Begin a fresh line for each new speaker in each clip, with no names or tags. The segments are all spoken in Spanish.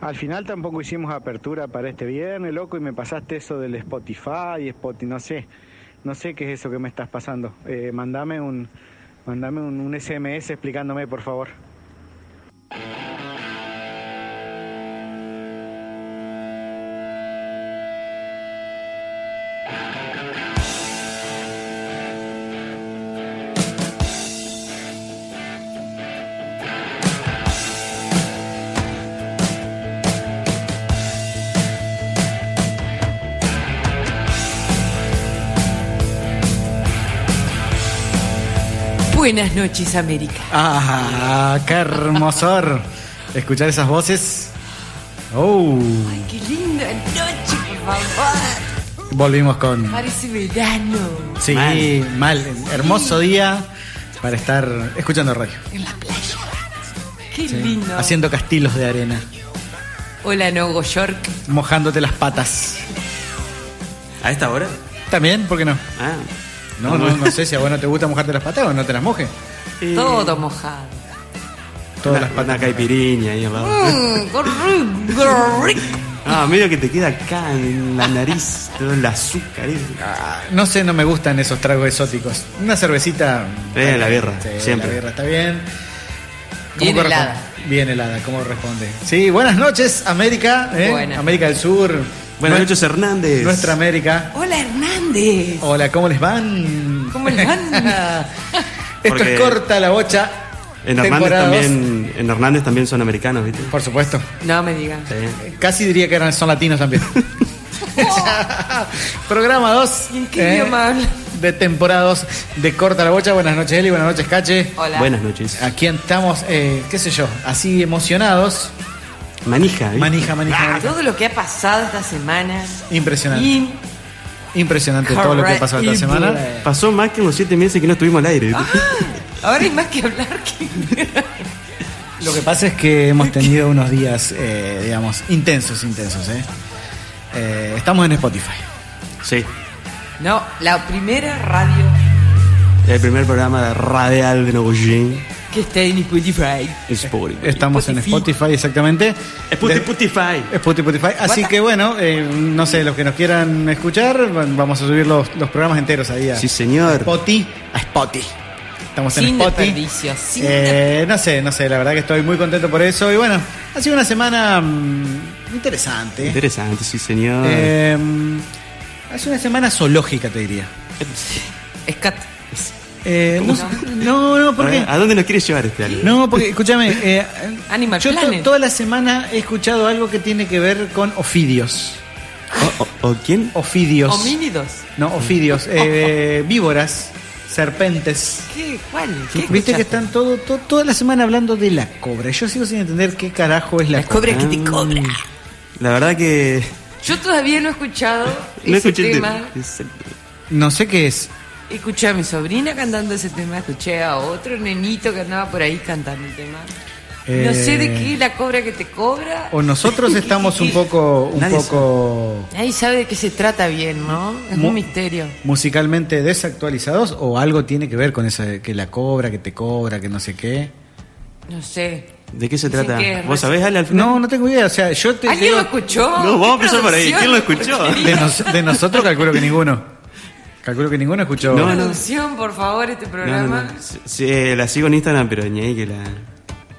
Al final tampoco hicimos apertura para este viernes, loco, y me pasaste eso del Spotify, Spotify, no sé, no sé qué es eso que me estás pasando. Eh, mandame un, mandame un, un SMS explicándome, por favor.
Buenas noches, América.
¡Ah, qué hermosor! Escuchar esas voces. ¡Oh!
Ay, qué linda noche, por favor.
Volvimos con.
Parece verano.
Sí, mal. Hermoso día para estar escuchando radio.
En la playa. Qué
Sí.
lindo.
Haciendo castillos de arena.
Hola, Nuevo York.
Mojándote las patas.
¿A esta hora?
¿También? ¿Por qué no?
Ah.
No, no, no sé si a vos no te gusta mojarte las patas o no te las mojes.
Eh,
Todo mojado.
Todas
una,
las patas.
Una caipirinha ahí al lado.
Ah.
Mm, qué rico, qué rico.
Ah, medio que te queda acá en la nariz, todo el azúcar. ¿eh?
Ah. No sé, no me gustan esos tragos exóticos. Una cervecita.
Eh, la birra,
Sí,
siempre.
La birra está bien.
Bien
corresponde?
helada.
Bien helada, ¿cómo responde? Sí, buenas noches, América. ¿eh?
Buenas.
América del Sur.
Buenas
Nue-
noches, Hernández.
Nuestra América.
Hola, Hernández.
Hola, ¿cómo les van?
¿Cómo les van?
Esto
Porque
es corta la bocha.
En Hernández,
temporada dos.
también, en Hernández también son americanos, ¿viste?
Por supuesto.
No me digan.
Sí.
Casi diría que eran, son latinos también. Programa 2.
¿Y en
¿Eh?
qué idioma habla?
De temporada 2 de Corta la Bocha. Buenas noches, Eli. Buenas noches, Cache.
Hola.
Buenas noches.
Aquí estamos, eh, qué sé yo, así emocionados.
Manija, ¿viste?
Manija, manija, manija.
Ah. Todo lo que ha pasado esta semana.
Impresionante.
Y
Impresionante todo lo que pasó esta
Correcto.
semana.
Pasó más que en los siete meses que no estuvimos al aire. ¿viste?
Ah.
ahora hay más que hablar que.
Lo que pasa es que hemos tenido unos días, eh, digamos, intensos, intensos. eh. Eh, estamos en Spotify.
Sí.
No, la primera radio
El primer programa radial de Nogoyen
que está en Spotify.
es pobre.
Eh, Estamos en
Spotify.
Spotify, exactamente.
Puti
De-
Putify.
Es Puti Putify. Así
What?
que bueno, eh, no sé, los que nos quieran escuchar, van- vamos a subir los, los programas enteros ahí a,
Sí, señor.
Spotty. A Spotty. Estamos en
Sin
Spotty.
desperdicio, sin
Eh, no sé, no sé, la verdad que estoy muy contento por eso. Y bueno, ha sido una semana mm, interesante.
Interesante, sí, señor.
Eh, ha sido una semana zoológica, te diría.
Escat.
Eh, no, no, no,
a,
porque.
ver, ¿a dónde nos quieres llevar este año?
No, porque escúchame. eh,
Animal
yo to-
Planet.
toda la semana he escuchado algo que tiene que ver con ofidios.
¿O, o- o quién?
Ofidios.
Homínidos.
No, ofidios, eh, víboras, serpentes.
¿Qué? ¿Cuál? ¿Qué
Viste
escuchaste?
que están todo, to- toda la semana hablando de la cobra. Yo sigo sin entender qué carajo es la,
La cobra que te cobra.
Ah, La verdad que.
Yo todavía no he escuchado
No
ese
escuché el
tema.
tema. Exacto.
No sé qué es.
Escuché a mi sobrina cantando ese tema, escuché a otro nenito que andaba por ahí cantando el tema. No
Eh,
sé de qué la cobra que te cobra.
O nosotros estamos un poco, un
Nadie
poco
Nadie sabe de qué se trata bien, ¿no? Es
Mu-
un misterio.
musicalmente desactualizados o algo tiene que ver con esa de que la cobra, que te cobra, que no sé qué.
No sé.
¿De qué se
Dicen
trata?
que es
¿Vos
re-
sabés, Ale, al final?
No, no tengo idea. O sea, yo te
¿Alguien
digo-
lo escuchó?
No, vamos a
¿Qué
empezar por ahí. ¿Quién lo
producción?
escuchó?
de, nos- de nosotros calculo que ninguno. Calculo que ninguno escuchó.
No,
¿Qué
no.
producción, por favor, este
No, no,
programa?
no. Sí, sí, la sigo en Instagram, pero ni ahí que la.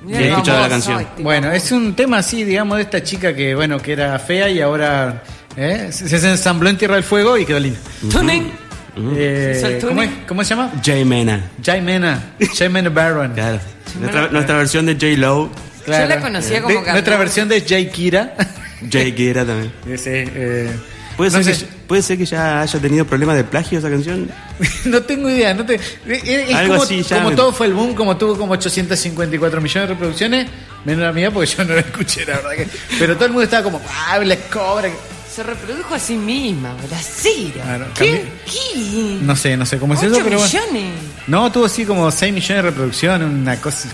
Mirá
Sí, he
el
escuchado
famoso,
la canción.
este
Bueno,
famoso.
es un tema así, digamos, de esta chica que, bueno, que era fea y ahora ¿eh? se se ensambló en Tierra del Fuego y quedó linda.
Tuning.
Uh.
Eh,
Se hizo el
¿cómo, es?
tuning.
¿Cómo se llama?
J-Mena.
Jaimena. Jaimena Barron.
Claro. Nuestra, nuestra versión de J-Lo.
Claro.
Yo la conocía como
De-
cantante.
Nuestra versión de Jay Kira.
Eh.
J-Guera también. ¿Puede,
eh, no,
ser
sé.
que, puede ser que ya haya tenido problemas de plagio esa canción.
No tengo idea. No te... es- Es
Algo
como,
así, ya
como
me-
todo fue el boom, como tuvo como 854 millones de reproducciones. Menos la mía, porque yo no la escuché, la verdad. Que... Pero todo el mundo estaba como, ah, la cobra.
Se reprodujo a sí misma, Brasira.
Claro,
¿Qué?
cambié-
¿Qué?
No sé, no sé cómo es
Ocho
eso, pero bueno.
millones.
No, tuvo así como 6 millones de reproducción, una cosa.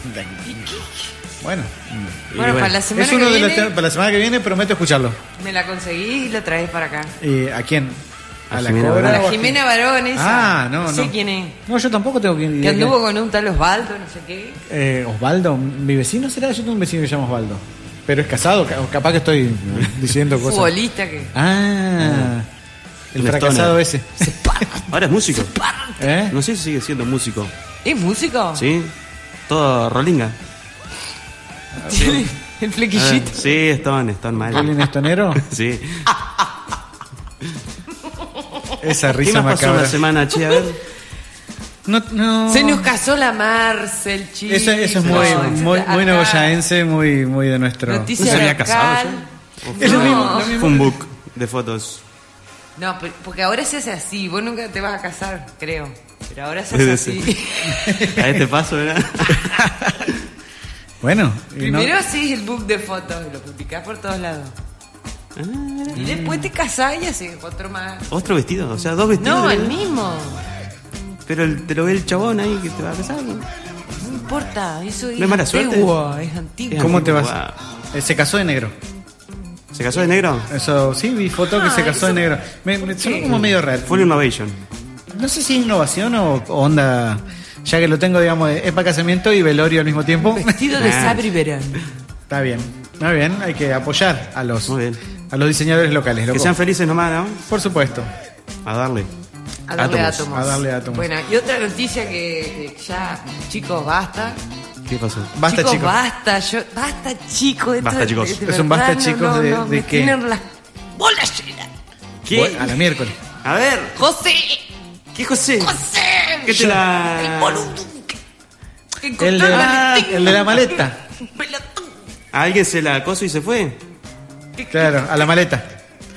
Bueno,
Bueno,
Y bueno,
para la semana
es
que
uno de los
viene
temas- para la semana que viene prometo escucharlo.
me la conseguí y la traes para acá.
Eh, ¿A quién?
A Jimena
cobra
Barón.
o
La
a quién?
Jimena Barón esa.
Ah, no, no.
No sé quién es.
No, yo tampoco tengo quien
Que anduvo con un tal Osvaldo, no sé qué.
Eh, Osvaldo, mi vecino será, yo tengo un vecino que se llama Osvaldo. Pero es casado, ca- capaz que estoy diciendo cosas.
Futbolista que.
Ah, el
Un
fracasado
stoner.
ese.
Ahora es músico.
¿Eh?
No sé si sigue siendo músico.
¿Es músico?
¿Sí? Todo rolinga.
Tiene el
A ver,
flequillito.
Sí, están, están mal.
¿Colin Estonero?
Sí.
Esa
¿Qué
risa
más pasó en
macabra.
la semana, che? A ver.
No,
Ah,
no.
Se nos casó la Marcel, chico.
Eso, eso es muy, muy, muy
nogoyaense.
negoyaense, muy, muy de nuestro.
¿No
Noticia
se había
local.
casado
Es lo
No.
mismo, lo mismo.
Fue un book de fotos.
No, pero- porque ahora se hace así. Vos nunca te vas a casar, creo. Pero ahora se hace
Puede ser.
así.
A este paso, ¿verdad?
Bueno, y no-
Primero haces el book de fotos y lo publicás por todos lados. Y
Mm.
después te casás y haces otro más.
Ah, Otro vestido, o sea, dos vestidos.
No,
¿verdad?
el mismo.
Pero el- te lo ve el chabón ahí que te va a casar. ¿no?
No importa. Eso es,
¿No es mala
antiguo. Es antiguo.
¿cómo te vas?
Wow.
Eh, se casó de negro.
¿Se casó de negro?
Eso, sí, vi foto que
Ah,
se casó de
eso-
negro. Me, me sonó como medio raro.
Full Innovation.
No sé si es innovación o o onda. Ya que lo tengo, digamos, es para casamiento y velorio al mismo tiempo.
Vestido de
Ah.
Sabri Verón.
Está bien, está bien, hay que apoyar a los,
Muy bien.
a los diseñadores locales,
Que
loco.
sean felices nomás, ¿no?
Por supuesto.
A darle.
A darle
Átomos.
átomos.
A darle átomos.
Bueno, y otra noticia que eh, ya, chicos, basta.
¿Qué pasó?
Basta, chicos.
Basta, yo, basta, chicos. esto
Basta,
de-
chicos.
de
Es un basta,
verdad, no,
chicos,
no,
de-
no,
de
me
qué.
Tienen las bolas llenas.
¿Qué?
Bueno, A la miércoles.
A ver,
José,
¿qué José?
José.
¿Qué te la-
El boludo. Que encontró
El de,
el
la,
maletín.
el de la maleta.
Pelotón.
¿A alguien se la acosó y se fue?
Claro, a la maleta.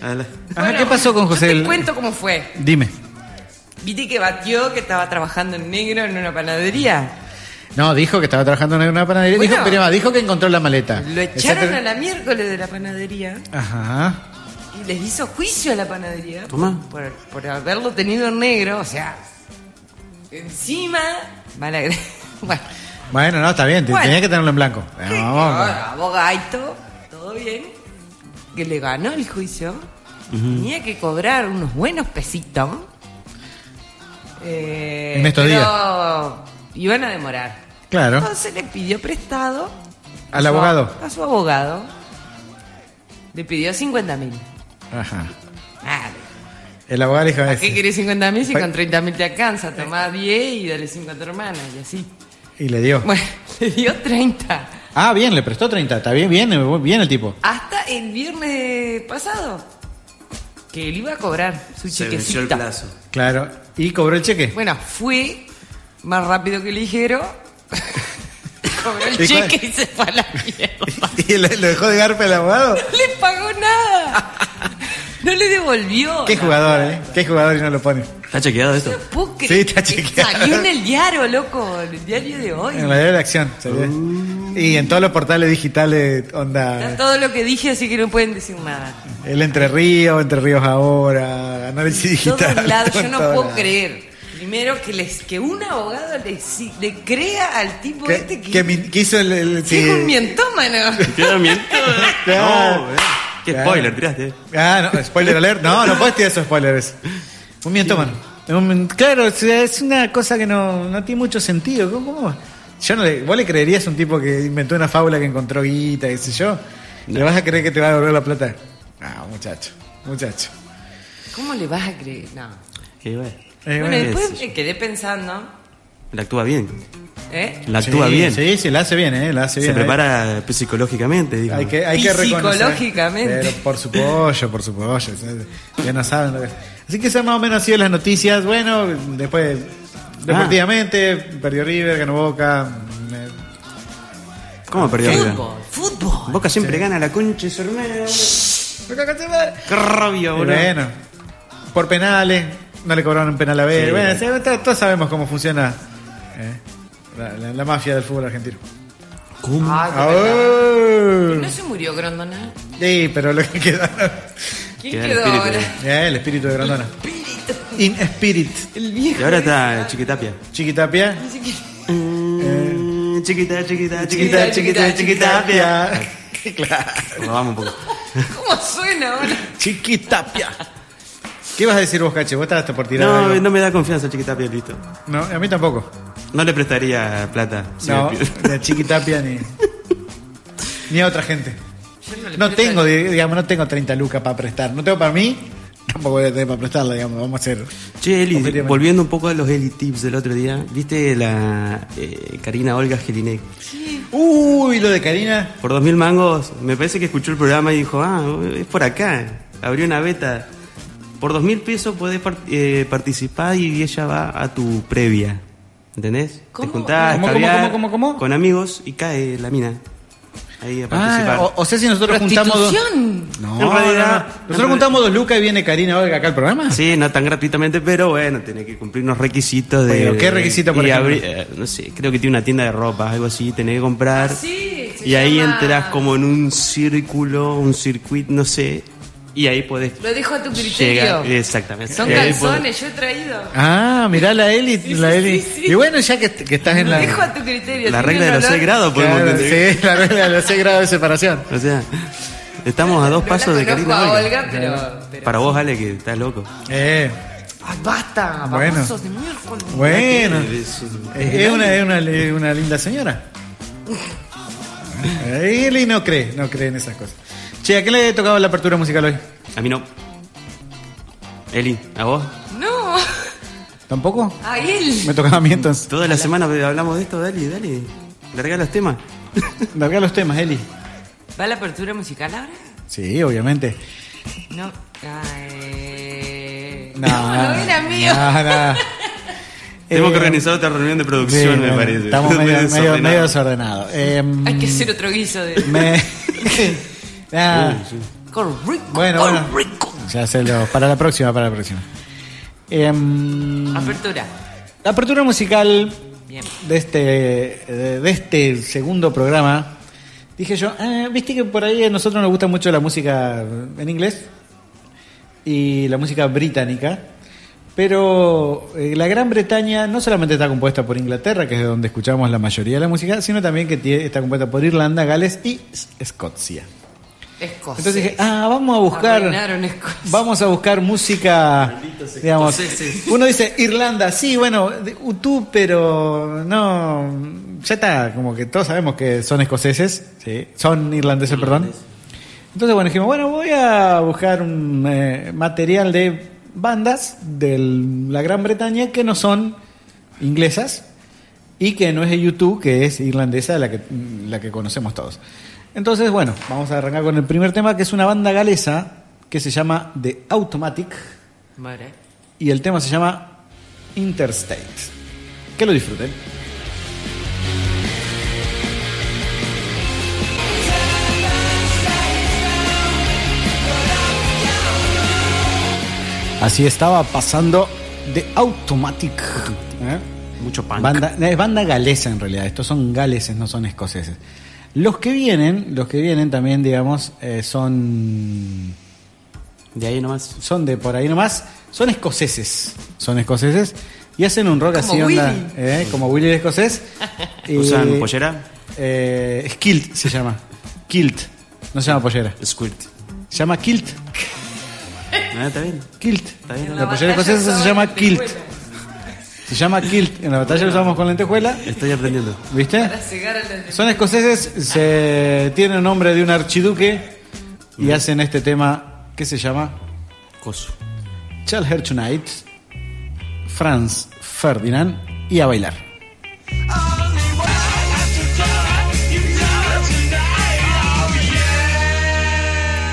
A la-
Ajá,
Bueno,
¿qué pasó con José?
Yo te
El-
cuento cómo fue.
Dime.
Viste que batió, que estaba trabajando en negro en una panadería.
No, dijo que estaba trabajando en una panadería.
Bueno.
dijo, pero no, dijo que encontró la maleta.
Lo echaron
Exacto.
a la miércoles de la panadería.
Ajá.
Y les hizo juicio a la panadería.
Tomá.
Por, por haberlo tenido en negro, o sea. Encima. Mala gra- Bueno.
Bueno, no, está bien, te-
Bueno.
tenía que tenerlo en blanco. Ah, Vamos.
Ahora, abogaito, todo bien. Que le ganó el juicio. Tenía que cobrar unos buenos pesitos. Eh,
En estos
pero Iban a demorar.
Claro.
Entonces le pidió prestado.
Al
a su-
abogado.
A su abogado. Le pidió 50 mil.
Ajá. El abogado dijo
¿Para qué
"Ese".
querés 50 mil si
Pa-
con 30 mil te alcanza? Tomá 10 y dale 5 a tu hermana y así.
Y le dio.
Bueno, le dio 30.
Ah, bien, le prestó 30. Está bien, bien, bien el tipo.
Hasta el viernes pasado. Que él iba a cobrar su
Se venció el
chequecito.
plazo.
Claro. ¿Y cobró el cheque?
Bueno, fue más rápido que ligero. Cobró el
¿Y cuál-
cheque y se fue a la mierda.
¿Y lo, lo dejó de garpe al abogado?
No le pagó nada. No le devolvió.
Qué jugador, ¿eh? Qué jugador y no lo pone.
¿Está chequeado esto?
No puedo creer.
Sí, está chequeado.
Salió en el diario, loco. En el diario de hoy.
En la ley de acción. se ve. Y en todos los portales digitales,
Está
onda.
todo lo que dije, así que no pueden decir nada.
El Entre Ríos, Entre Ríos ahora, análisis
Todos
digital.
lados, yo no
todo
puedo
lado.
creer. Primero que les que un abogado le, si- le crea al tipo
Que,
este que,
que mi- que hizo el. el-
que es un
sí.
mientómano.
Tiraron miento.
Claro.
No, eh. Qué
Claro.
spoiler tiraste. eh.
Ah, no, spoiler alert. No, no puedes tirar esos spoilers. Un mientómano. Un- claro, o sea, es una cosa que no, no tiene mucho sentido. ¿Cómo? cómo? Yo no le, ¿Vos le creerías a un tipo que inventó una fábula que encontró guita, qué sé yo? ¿Le vas a creer que te va a devolver la plata? Ah, muchacho, muchacho.
¿Cómo le vas a creer? No.
Y bueno.
Eh,
bueno,
bueno,
después
qué sé
me quedé pensando,
La actúa bien.
¿eh?
La actúa
Sí,
bien.
Sí, sí, la hace bien, ¿eh? La hace
Se
bien.
prepara psicológicamente, dijo.
Hay que, hay que
Y
reconocer.
psicológicamente.
Pero por su pollo, por su pollo. ¿sabes? Ya no saben lo que es. Así que esas más o menos han sido las noticias. Bueno, después, deportivamente, perdió River, ganó Boca. me-
¿Cómo perdió River?
Fútbol, fútbol.
Boca siempre gana la concha de su hermano. Qué
y
rabia, boludo.
bueno, por penales, no le cobraron un penal a ver.
Sí.
bueno, se- to- todos sabemos cómo funciona eh, la, la- la mafia del fútbol argentino.
¿Cómo?
Ah, qué pena.
¡Au!
no se murió Grondona.
Sí, pero lo que quedaron.
¿Quién
Queda el
quedó
espíritu
ahora?
ahí.
Eh, el espíritu de Grandona. In Spirit.
El
Y
viejo.
ahora está Chiquitapia.
Chiquitapia.
Así que-
Eh.
Mm, Chiquita,
Chiquita,
chiquita, chiquita,
chiquita,
chiquita, chiquitapia.
claro.
Bueno, vamos un poco.
¿Cómo suena ahora?
Chiquitapia. ¿Qué vas a decir vos, Cache? Vos estabas hasta por tirar.
No,
algo.
no me da confianza Chiquitapia, listo.
No, a mí tampoco.
No le prestaría plata. si
no,
me pide.
ni a Chiquitapia ni. ni a otra gente.
Yo no le
No
presto
tengo,
ni-
di- digamos, no tengo 30 lucas para prestar. No tengo para mí, tampoco voy a tener para prestarla, digamos. Vamos a hacer.
Che, Eli,
Objetivamente.
volviendo un poco a los Eli Tips del otro día, ¿viste la eh, Karina Olga Gelinek?
Uy, lo de Karina.
Por 2000 mangos, me parece que escuchó el programa y dijo, ah, es por acá, abrió una beta. Por 2000 pesos podés par- eh, participar y ella va a tu previa. ¿Entendés?
¿Cómo?
Te juntás,
¿Cómo, cómo,
escabiás
cómo, cómo, cómo?
con amigos y cae la mina. Ahí a
Ah,
participar.
o, o sea, si nosotros juntamos dos.
Prostitución.
No,
En realidad-
no, no.
en
Nosotros
realidad-
juntamos dos lucas y viene Karina Olga acá al programa.
Sí, no tan gratuitamente, pero bueno, tiene que cumplir unos requisitos de.
Bueno, ¿qué requisito, por
y
ejemplo?
abrir- eh, no sé, creo que tiene una tienda de ropa, algo así, tenés que
Ah,
comprar.
Sí, se
y ahí
llama-
entras como en un círculo, un circuito, no sé. Y ahí podés.
Lo dejo a tu criterio.
llegar- exactamente. Eh,
Son
Y ahí
calzones, yo he traído.
Ah, mirá la Eli.
Sí,
la
sí,
Eli.
sí, sí.
Y bueno, ya que, que estás en
Lo
la.
dejo a tu criterio.
podés- La
tiene
regla
un
de los
olor-
6 grados, podemos
Claro,
entender.
sí, la regla de los 6 grados de separación.
O sea, estamos a dos
No
pasos
la
de
conozco
Karina
a
Olga.
Olga, pero, pero-
Para vos, Ale, que estás loco.
Eh,
Ay, basta,
Bueno.
babosos de miércoles.
bueno.
Es un-
Es, es una, es una, es una linda señora. Eli no cree, no cree en esas cosas. Che, ¿a qué le tocaba la apertura musical hoy?
A mí no. Eli, ¿a vos?
No,
¿Tampoco?
a él.
Me tocaba a mí entonces.
Toda la semana hablamos de esto, dale, dale. Larga los temas.
Larga los temas, Eli.
¿Va la apertura musical ahora?
Sí, obviamente.
No. Ah, eh,
No,
no, no era mío.
no, no.
Tenemos
Eh,
que organizar otra reunión de
sí,
producción, me
bueno,
parece.
Estamos medio, medio-
Desordenado.
medio desordenados. Em,
Hay que hacer otro guiso de.
me- Ah,
Con rico,
Bueno,
con
bueno.
rico.
Ya se lo. Para la próxima, para la próxima. Em,
Apertura.
la apertura musical
Bien.
de este, de, de este segundo programa, dije yo, "Ah, viste que por ahí a nosotros nos gusta mucho la música en inglés y la música británica, pero eh, la Gran Bretaña no solamente está compuesta por Inglaterra, que es de donde escuchamos la mayoría de la música, sino también que tie- está compuesta por Irlanda, Gales y S- Escocia.
Escocia.
Entonces dije, ah, vamos a buscar...
Arruinaron Escocia.
Vamos a buscar música, digamos.
escoceses.
Uno dice Irlanda, sí, bueno, de- tú, pero no, ya está, como que todos sabemos que son escoceses, sí, son irlandeses, perdón. Entonces, bueno, dijimos, bueno, voy a buscar un eh, material de bandas de la Gran Bretaña que no son inglesas y que no es de YouTube, que es irlandesa, la que, la que conocemos todos. Entonces, bueno, vamos a arrancar con el primer tema, que es una banda galesa que se llama The Automatic
Vale.
y el tema se llama Interstate. Que lo disfruten. Así estaba pasando de Automatic. ¿eh?
Mucho punk.
Banda, es banda galesa en realidad, estos son galeses, no son escoceses. Los que vienen, los que vienen también, digamos, eh, son
De ahí nomás.
son de por ahí nomás, son escoceses, son escoceses y hacen un rock
Como
así onda,
Willy.
¿eh? como Willy el escocés. Y,
¿Usan pollera?
eh, es kilt se llama, kilt, no se llama pollera,
Squirt.
se llama kilt,
Ah, está bien.
kilt.
Está bien.
La pollera escocesa se llama kilt, se llama kilt. En la batalla lo usamos con lentejuela,
Estoy aprendiendo.
¿viste?
Para cegar a los
Son escoceses, se tienen nombre de un archiduque
Mm.
y hacen este tema que se llama
Coso.
Charles Her Tonight, Franz Ferdinand y a bailar.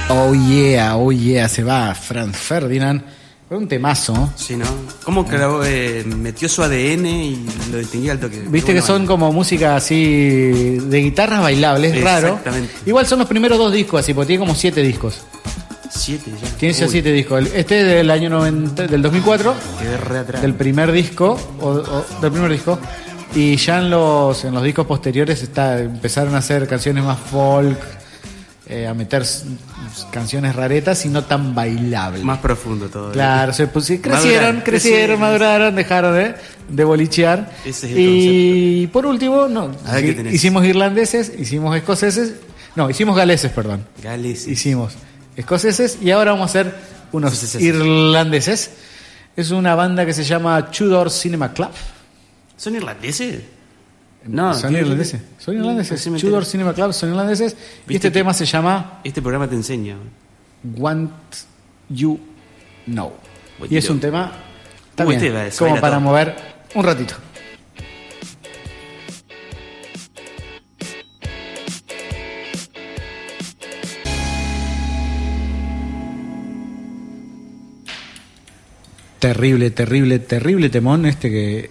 Oh yeah, oh yeah, se va Franz Ferdinand. Fue un temazo.
Sí, ¿no? ¿Cómo que la- eh, metió su ADN y lo distinguía al toque?
Viste que son como música así de guitarras bailables, es raro.
Exactamente.
Igual son los primeros dos discos así, porque tiene como siete discos.
Siete ya.
Tiene ya
Uy,
siete discos. El- Este es del año 90, del 2004.
Quedé re atrás.
del primer disco o, o del primer disco y ya en los en los discos posteriores está empezaron a hacer canciones más folk eh, a meter s- canciones raretas y no tan bailables
Más profundo todo. ¿eh?
claro se pusi-
Madurar,
crecieron crecieron
crecer.
maduraron dejaron de, de bolichear
Ese es el
y por último no
A ver
hi-
qué tenés.
hicimos irlandeses hicimos escoceses no hicimos galeses perdón
Gales.
hicimos escoceses y ahora vamos a hacer unos
Sí, sí, sí.
irlandeses. Es una banda que se llama Tudor Cinema Club.
¿Son irlandeses? No,
Eh, son
tiene-
irlandeses. Son irlandeses.
Recién me
Tudor
enteré.
Cinema Club son irlandeses. Y
Viste
este
que-
tema se llama
Este programa te enseña.
Want You Know.
What
Y
you
es un
know.
tema está
Uh,
bien,
este va- se
como
baila
para
todo.
mover un ratito. Terrible, terrible, terrible temón este que...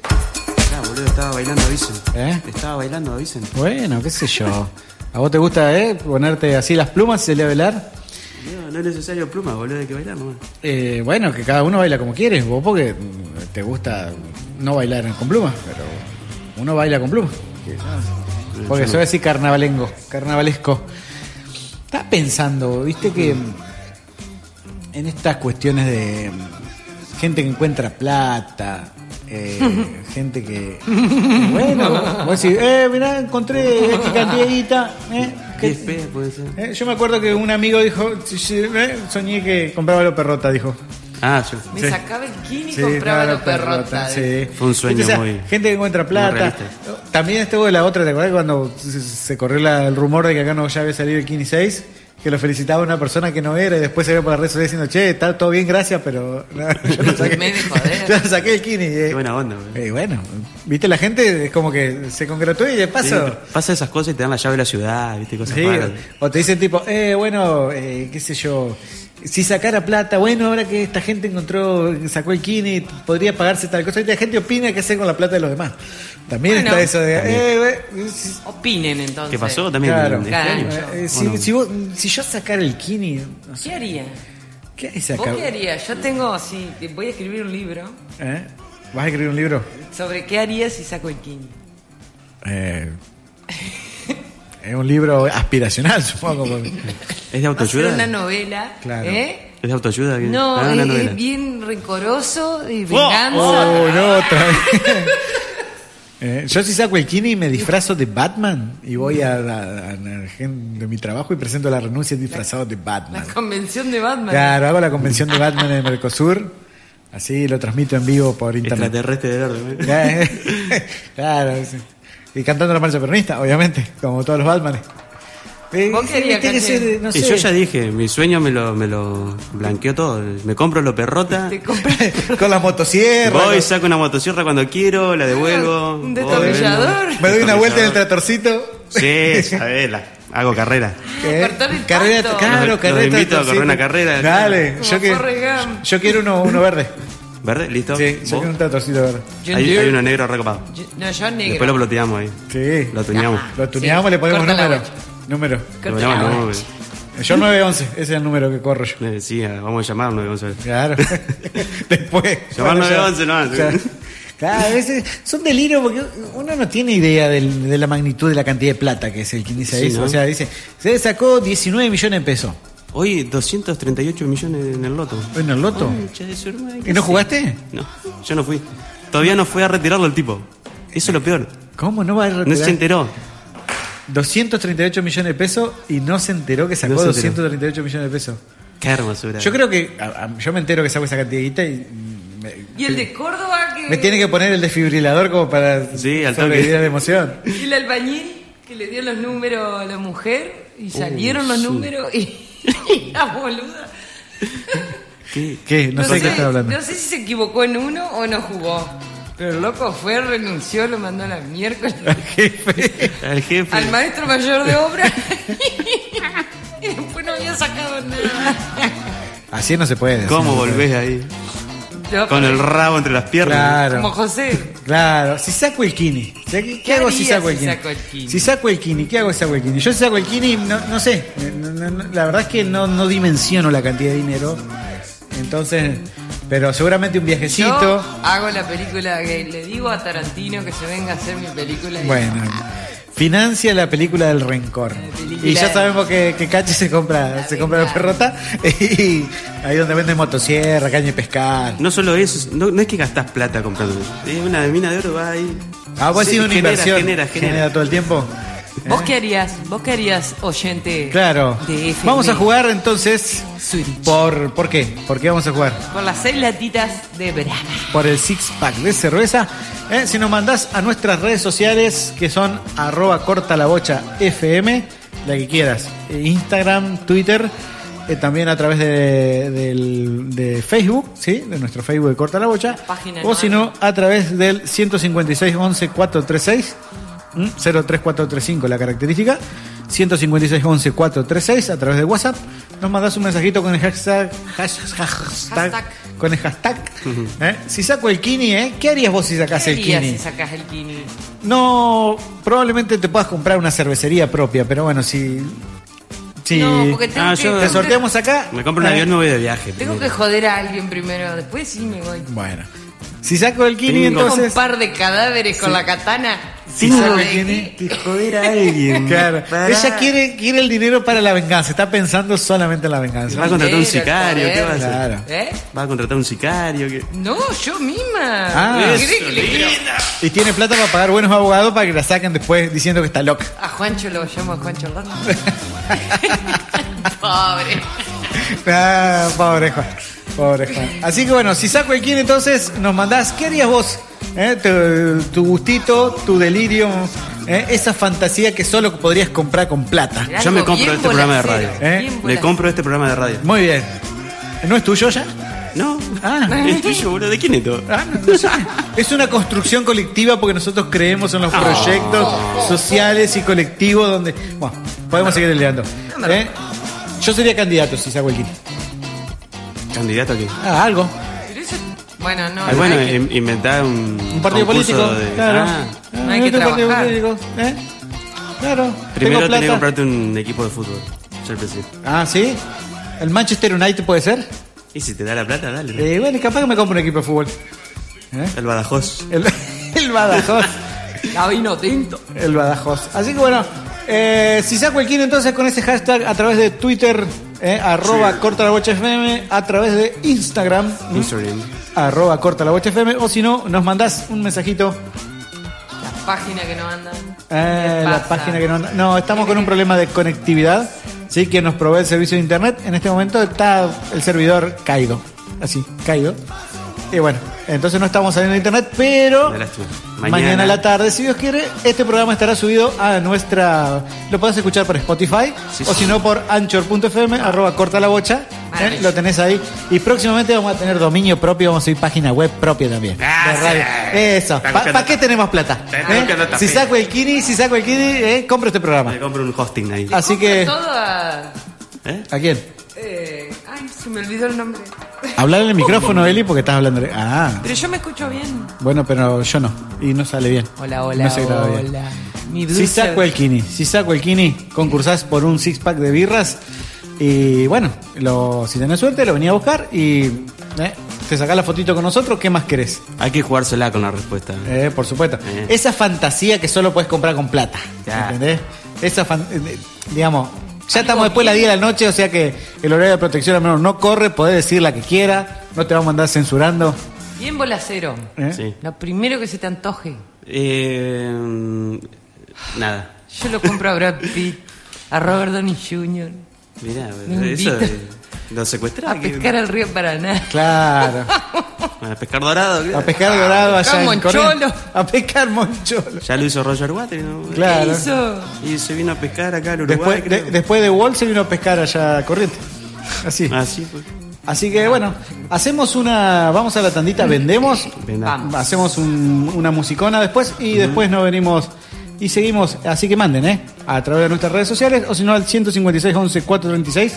Ah, boludo, estaba bailando, avisen.
¿Eh?
Estaba bailando, avisen.
Bueno, qué sé yo. ¿A vos te gusta eh, ponerte así las plumas y salir a velar?
No, no es necesario pluma, boludo, hay que bailar nomás.
Eh, bueno, que cada uno baila como quiere. Vos porque mm, te gusta no bailar con plumas, pero uno baila con plumas. Porque soy así carnavalengo, carnavalesco. Estaba pensando, viste que mm, en estas cuestiones de mm, gente que encuentra plata, eh, gente que... Bueno, vos decís, eh, mirá, encontré X cantidad de guita, eh, que-
10 pesos puede ser.
eh, yo me acuerdo que un amigo dijo, "Sí, sí, eh, soñé que compraba lo perrota, dijo.
Ah, yo.
Me
Sí.
sacaba el kini y compraba eh.
no,
los perrotas.
sí.
Fue un sueño
Entonces,
muy-
Gente que encuentra
muy
plata.
realista.
También estuvo la otra, ¿te acuerdas cuando se, se corrió la- el rumor de que acá no ya había salido el Kini 6? Que lo felicitaba una persona que no era y después se vio por las redes sociales diciendo, che, está todo bien, gracias, pero no, yo no saqué,
Me dejó de-
yo no saqué el Kini. eh.
Qué buena onda, boludo.
Eh, bueno, viste, la gente es como que se congratula y de paso...
Sí, pasa esas cosas y te dan la llave de la ciudad, viste, cosas
Sí,
raras.
o te dicen tipo, eh, bueno, eh, qué sé yo, si sacara plata, bueno, ahora que esta gente encontró, sacó el kini, podría pagarse tal cosa. Y la gente opina qué hacer con la plata de los demás. También
Bueno.
está eso de,
También.
eh, eh, si-
Opinen entonces.
¿Qué pasó también?
claro,
este
Cada
año?
año.
Eh,
¿O
si,
no?
si vos- si yo sacara el kini, no sé,
¿Qué haría?
¿qué hay
¿Vos
sacar?
qué harías? Yo tengo, si voy a escribir un libro
¿Eh? ¿Vas a escribir un libro?
sobre qué haría si saco el kini.
Eh, es un libro aspiracional, supongo. porque-
¿Es de
Va a ser
autoayuda?
una novela.
Claro.
¿eh?
¿Es de autoayuda? ¿Qué?
No,
Ah,
es,
una
es
novela.
bien rencoroso, y
¡Oh!
venganza.
Oh, no, otra vez. Eh, yo si saco el kini y me disfrazo de Batman y voy a, la a la gente de mi trabajo y presento la renuncia disfrazado de
La
Batman.
convención de Batman.
Claro, hago la convención de Batman en Mercosur, así lo transmito en vivo por internet.
Extraterrestre del orden. ¿eh?
Ya, eh. claro, sí. y cantando la marcha peronista, obviamente, como todos los Batmanes. Eh,
¿Vos qué harías,
tiene que
Caché?
ser, no
y
sé.
yo ya dije, mi sueño me lo, me lo blanqueó todo. Me compro lo perrota,
Este
Te compras
con la motosierra.
voy,
con-
saco una motosierra cuando quiero, la
Ah,
devuelvo.
un
voy, vengo.
destornillador.
Me doy una vuelta en
Destornillador.
el tratorcito.
Sí, sabés, la- hago carrera.
¿Qué?
Cortar el
carrera,
pasto.
claro,
Los-
carrera.
los invito a correr
sí.
una carrera.
Dale,
Como
yo, que-
Forrest Gump.
yo quiero uno, uno verde.
¿Verde? ¿Listo?
Sí, yo
¿Vos?
quiero un tratorcito verde.
Yo
Hay,
negro.
hay uno negro recopado.
Yo- No, yo
Después lo
negro.
ploteamos ahí.
Sí. Ah,
Lo tuneamos.
Lo tuneamos,
Sí,
le ponemos
corta la
número.
bocha.
Número.
Lo
Corta
llamamos,
la
¿no?
bocha.
Yo 911, ese es el número que corro yo.
Eh, Sí, ah, vamos a llamarlo. Vamos a ver.
Claro. Después.
Llamar
Bueno, ya-
911, no,
o sea,
sí.
Claro, a veces son delirios porque uno no tiene idea del- de la magnitud de la cantidad de plata que es el 15
Sí, ¿no?
O sea, dice, se sacó 19 millones de pesos.
Hoy 238 millones en el loto.
¿En el loto?
Concha de su hermana,
¿Y no jugaste?
No, yo no fui. Todavía no fui a retirarlo el tipo. Eso es lo peor.
¿Cómo no va a retirar?
No se enteró.
238 millones de pesos y no se enteró que sacó
No se enteró.
238 millones de pesos.
Qué hermosura.
Yo creo que a- a- yo me entero que saco esa cantidad de guita y mm, me,
Y el de Córdoba que.
me tiene que poner el desfibrilador como para
Sí, al toque.
sobrevivir a la emoción.
Y el albañil que le dio los números a la mujer
Uh,
y salieron los
sí.
números y, y la boluda.
¿Qué?
¿Qué? No, sé, de qué estás hablando.
No sé si se equivocó en uno o no jugó. Pero el loco fue, renunció, lo mandó a la miércoles.
Al jefe.
al maestro mayor de obra. y después no había sacado nada.
Así no se puede. así
¿Cómo
no se puede.
volvés ahí?
Yo,
Con el rabo entre las piernas.
Como
Claro.
José.
Claro, si saco el kini, ¿qué, qué
¿Qué
hago si
harías
saco el
si
kini?
saco el kini?
Si saco el kini, ¿qué hago si saco el kini? Yo si saco el kini, no, no sé, No, no, no, la verdad es que no, no dimensiono la cantidad de dinero, entonces, pero seguramente un
Yo
viajecito.
hago la película que le digo a Tarantino que se venga a hacer mi película. y- ¿Eh?
Bueno, financia la película del rencor.
La película
Y ya
del-
sabemos que, que Cachi se compra,
La
se compra la
venganza.
perrota y ahí donde venden motosierra, caña y pescar.
No solo eso, no, no es que gastás plata comprando. Es una mina de oro, va ahí.
Ah, vos
Sí,
decís una
genera,
inversión.
Genera, genera.
todo el tiempo.
¿Vos qué harías? ¿Vos qué harías, oyente?
¿eh? Claro.
de FM?
Vamos a jugar entonces.
Switch.
Por, ¿Por qué? ¿Por qué vamos a jugar?
Por las seis latitas de verano.
por el six pack de cerveza. Eh, si nos mandás a nuestras redes sociales que son arroba corta la bocha FM, la que quieras, eh, Instagram, Twitter, eh, también a través de, del- de Facebook, ¿sí? de nuestro Facebook de corta la bocha,
Página
o si no, a través del 156 11 436. ¿m? 03435 la característica 156 11 436 a través de WhatsApp nos mandás un mensajito con el hashtag, hashtag-
Hashtag.
con el hashtag. ¿eh? Si saco el kini, ¿eh? ¿qué harías vos si sacás
¿Qué
el
harías
kini?
si sacás el kini?
No, probablemente te puedas comprar una cervecería propia, pero bueno, si. si
No, porque tengo,
Ah,
que,
yo-
te sorteamos acá.
Me compro un
¿eh?
avión, me voy de viaje.
tengo que
primero.
joder a alguien primero, después sí me voy.
Bueno, si saco el kini,
Tengo-
Tengo un
entonces.
par de cadáveres con la katana.
Si
No,
saco
de-
el kini.
Que joder a alguien.
Claro,
Pará.
ella quiere, quiere el dinero para la venganza, está pensando solamente en la venganza.
Va a contratar un
Dinero,
sicario, ¿qué va a
poder.
hacer?
Claro.
¿Eh?
Va a contratar un sicario. que-
No, yo misma.
Ah.
¿Qué crees que le quiero?
Y tiene plata para pagar buenos abogados para que la saquen después diciendo que está loca.
A Juancho lo llamo a Juancho Lorna. Pobre.
Ah, pobre Juan. Pobre Juan. Así que bueno, si saco el quién, entonces nos mandás, ¿qué harías vos? ¿Eh? Tu, tu gustito, tu delirio, ¿eh? esa fantasía que solo podrías comprar con plata.
Era
Yo me
algo
compro
bien
este programa de radio.
bolacero,
¿Eh?
bien
Me
bolacero.
compro este programa de radio.
Muy bien. ¿No es tuyo ya?
No.
Ah.
Es tuyo, boludo. ¿De quién es todo?
Ah, no, no sé. Es una construcción colectiva porque nosotros creemos en los proyectos sociales y colectivos donde... Bueno, podemos seguir deliando. ¿Eh? Yo sería candidato si saco el quién.
¿Candidato a qué?
Ah, algo.
Pero eso- Bueno, no.
Ah,
no
bueno,
hay que-
in- inventar un,
Un partido
concurso
político,
de-
claro. Eh,
Ah,
No hay que
Otro partido
trabajar.
político, ¿eh? Claro.
primero
tengo
tenés que
plata.
comprarte un equipo de fútbol. Ser presidente.
Ah, ¿sí? ¿El Manchester United puede ser?
Y si te da la plata, dale.
Eh, bueno, capaz que me compro un equipo de fútbol. ¿Eh?
El Badajoz.
El, el Badajoz.
Ah, vino tinto.
El Badajoz. Así que bueno, eh, si saco el kino entonces con ese hashtag a través de Twitter, eh, arroba corta la bocha FM, a través de Instagram, ¿m?
Instagram.
arroba corta la bocha FM, o si no, nos mandás un mensajito
La página que no anda.
Eh,
¿Qué
la
pasa?
página que no anda. No, estamos con un problema de conectividad. Sí, que nos provee el servicio de internet. En este momento está el servidor caído. Así, caído. Y bueno, entonces no estamos saliendo de internet, pero
Una lástima.
mañana.
Mañana.
a la tarde, si Dios quiere, este programa estará subido a nuestra. Lo podés escuchar por Spotify
Sí,
o
sí.
si no por anchor.fm, arroba corta la bocha. ¿eh?
Maravilloso.
lo tenés ahí. Y próximamente vamos a tener dominio propio, vamos a subir página web propia también. de
Ah, sí.
radio. Eso.
Está
¿Para
buscando-
qué tenemos plata? ¿Eh?
Está buscando
Si
tapete.
saco el Kini, si saco el Kini, eh, compro este programa.
Me compro un hosting ahí.
Así que.
Todo a-
¿Eh?
¿A quién?
eh, ay, se me olvidó el nombre.
Hablar en el micrófono, Eli, porque estás hablando. Ah,
Pero yo me escucho bien.
bueno, pero yo no. Y no sale bien.
Hola, hola,
No se graba bien.
hola. Mi
Si
dulce-
saco el Kini, si saco el Kini, concursás por un six pack de birras. Y bueno, lo, si tenés suerte, lo venía a buscar y eh, te sacás la fotito con nosotros. ¿Qué más querés?
Hay que jugársela con la respuesta.
Eh, por supuesto.
Eh.
Esa fantasía que solo puedes comprar con plata.
Ya.
¿Entendés? Esa fan- eh, digamos, ya estamos
Algo
después de las
bien.
10 de la noche, o sea que el horario de protección al menos no corre, podés decir la que quiera, no te vamos a andar censurando.
Bien bolacero.
¿eh?
Sí.
Lo primero que se te antoje.
Eh, nada.
Yo lo compro a Brad Pitt, a Robert Downey Jr.,
Mirá,
Me
eso
invita.
de, lo secuestraba.
a pescar al río Paraná.
Claro.
A pescar dorado.
A
claro.
pescar dorado allá en
moncholo.
Corrientes. A pescar moncholo.
Ya lo hizo Roger Waters. ¿no?
Claro.
¿Qué hizo?
Y se vino a pescar acá al Uruguay.
Después de,
creo.
después de Wall se vino a pescar allá a Corrientes. Así.
Así fue.
Así que bueno, hacemos una. Vamos a la tandita, vendemos.
Venga.
Vamos.
Hacemos un- una musicona después y después nos venimos y seguimos. Así que manden, ¿eh? A través de nuestras redes sociales o si no al 156 11 436.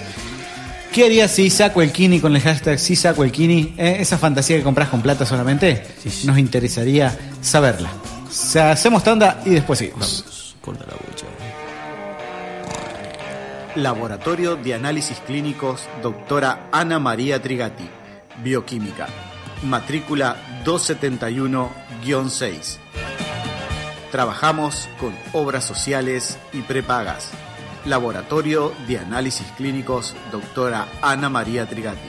¿Qué harías si saco el kini con el hashtag si saco el kini? ¿Eh? Esa fantasía que compras con plata solamente. Nos interesaría saberla. O sea, hacemos tanda y después seguimos.
Corta la bocha.
Laboratorio de Análisis Clínicos, doctora Ana María Trigati, Bioquímica, matrícula 271-6. Trabajamos con obras sociales y prepagas. Laboratorio de Análisis Clínicos, doctora Ana María Trigati,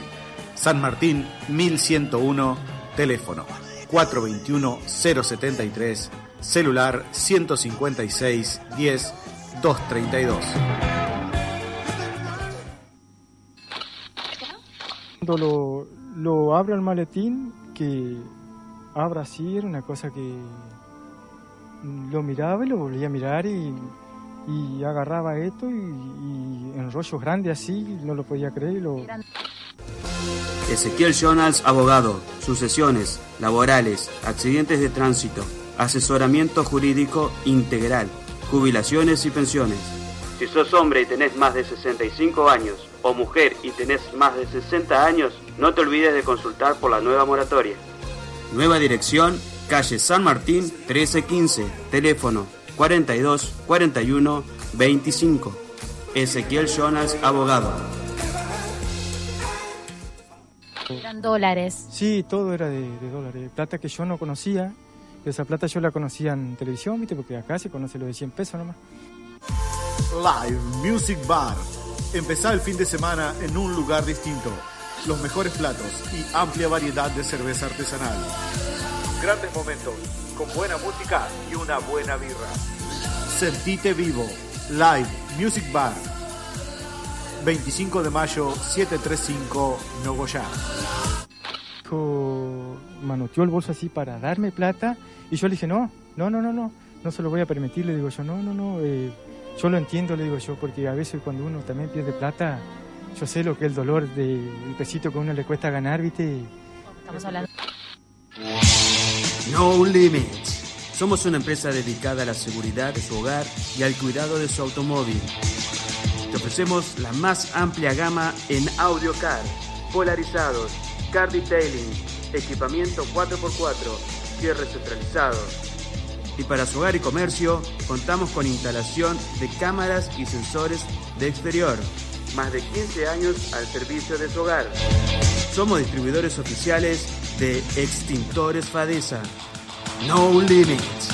San Martín 1101, teléfono 421-073, celular 156-10 232.
Cuando lo, lo abro el maletín, que abra así, era una cosa que lo miraba y lo volvía a mirar y, y agarraba esto y, y en rollos grandes así, no lo podía creer y lo,
Ezequiel Jonas, abogado, sucesiones, laborales, accidentes de tránsito, asesoramiento jurídico integral, jubilaciones y pensiones. Si sos hombre y tenés más de 65 años, o mujer y tenés más de 60 años, no te olvides de consultar por la nueva moratoria. Nueva dirección, calle San Martín 1315, teléfono 42 41 25. Ezequiel Jonas, abogado.
Eran dólares.
Sí, todo era de, de dólares. de Plata que yo no conocía. Esa plata yo la conocía en televisión, ¿viste? Porque acá se conoce lo de 100 pesos nomás.
Live Music Bar. Empezá el fin de semana en un lugar distinto. Los mejores platos y amplia variedad de cerveza artesanal. Grandes momentos, con buena música y una buena birra. Sentite vivo. Live Music Bar. 25 de mayo, 735, Nogoyá.
Dijo, manoteó el bolso así para darme plata. Y yo le dije, no, no, no, no, no. No se lo voy a permitir, le digo yo, no, no, no. eh, yo lo entiendo, le digo yo, porque a veces cuando uno también pierde plata, yo sé lo que es el dolor del pesito que a uno le cuesta ganar, ¿viste?
Estamos hablando.
No Limits. Somos una empresa dedicada a la seguridad de su hogar y al cuidado de su automóvil. Te ofrecemos la más amplia gama en audio car, polarizados, car detailing, equipamiento 4x4, cierres centralizados. Y para su hogar y comercio, contamos con instalación de cámaras y sensores de exterior. Más de 15 años al servicio de su hogar. Somos distribuidores oficiales de Extintores Fadesa. No Limits.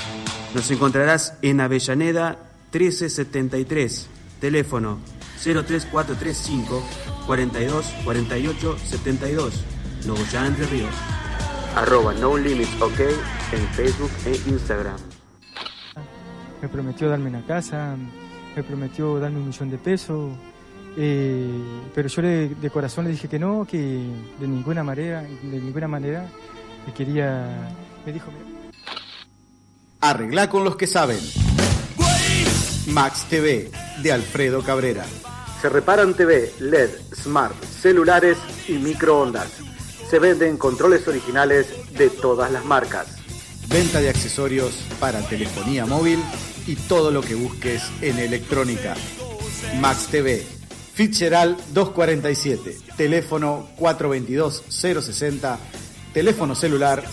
Nos encontrarás en Avellaneda 1373. Teléfono 03435 42 48 72. Nogoyá Entre Ríos. Arroba No Limits OK en Facebook e Instagram.
Me prometió darme una casa, me prometió darme un millón de pesos, eh, pero yo le- de corazón le dije que no, que de ninguna manera, de ninguna manera, me quería, me dijo,
Arregla con los que saben. Max TV, de Alfredo Cabrera.
Se reparan TV, LED, smart, celulares y microondas. Se venden controles originales de todas las marcas.
Venta de accesorios para telefonía móvil y todo lo que busques en electrónica. Max TV, Fitzgerald 247, teléfono 422-060, teléfono celular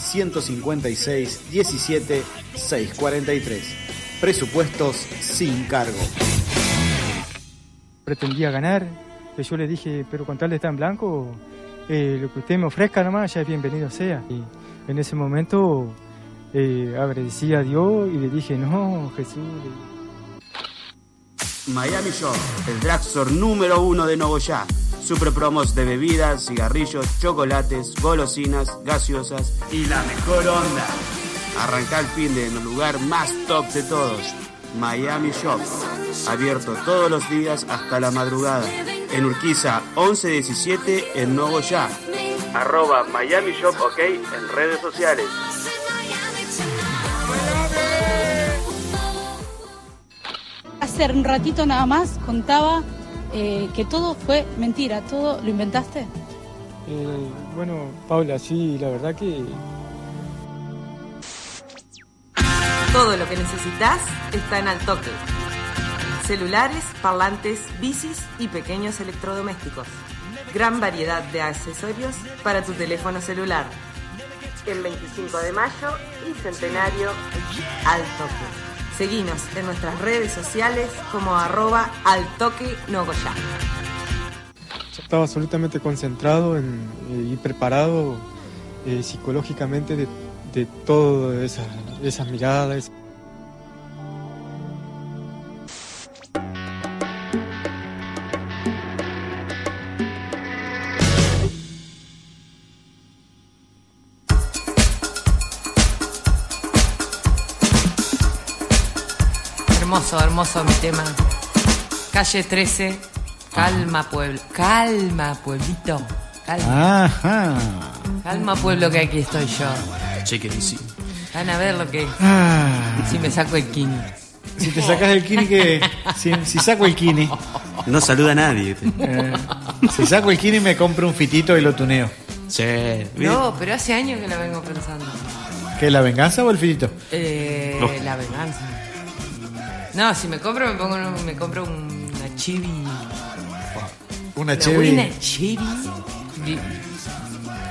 156-17-643. Presupuestos sin cargo.
pretendía ganar. que yo le dije, pero con tal de estar en blanco, eh, lo que usted me ofrezca nomás ya es bienvenido sea. Y en ese momento eh, agradecí a Dios y le dije, no, Jesús. le dije,
Miami Shop, el drugstore número uno de Nogoyá. Super promos de bebidas, cigarrillos, chocolates, golosinas, gaseosas y la mejor onda. Arranca el fin de en el lugar más top de todos. Miami Shop, abierto todos los días hasta la madrugada. En Urquiza 1117 en Nogoyá. Arroba Miami Shop OK en redes sociales.
Hace un ratito nada más contaba eh, que todo fue mentira, todo lo inventaste.
Eh, bueno, Paula, sí, la verdad que
Todo lo que necesitas está en Altoque. Celulares, parlantes, bicis y pequeños electrodomésticos. Gran variedad de accesorios para tu teléfono celular. El 25 de mayo y centenario Altoque. Seguinos en nuestras redes sociales como arroba Altoque Nogoyá.
yo estaba absolutamente concentrado en, eh, y preparado eh, psicológicamente de, de todas esas, esas miradas.
hermoso, hermoso mi tema. Calle 13, calma pueblo, calma pueblito, calma,
Ajá. Ah.
calma pueblo que aquí estoy yo.
Cheque sí.
Van a ver lo que
Ah,
si me saco el kini.
si te sacas el kini que. Si, si saco el kini.
No saluda a nadie.
eh, si saco el kini me compro un fitito y lo tuneo.
Sí.
No, pero hace años que lo vengo pensando.
¿Qué? ¿La venganza o el fitito?
Eh,
No.
La venganza. No, si me compro me pongo un- me compro una chibi.
Una
Una buena
Chevy.
chibi. Vi-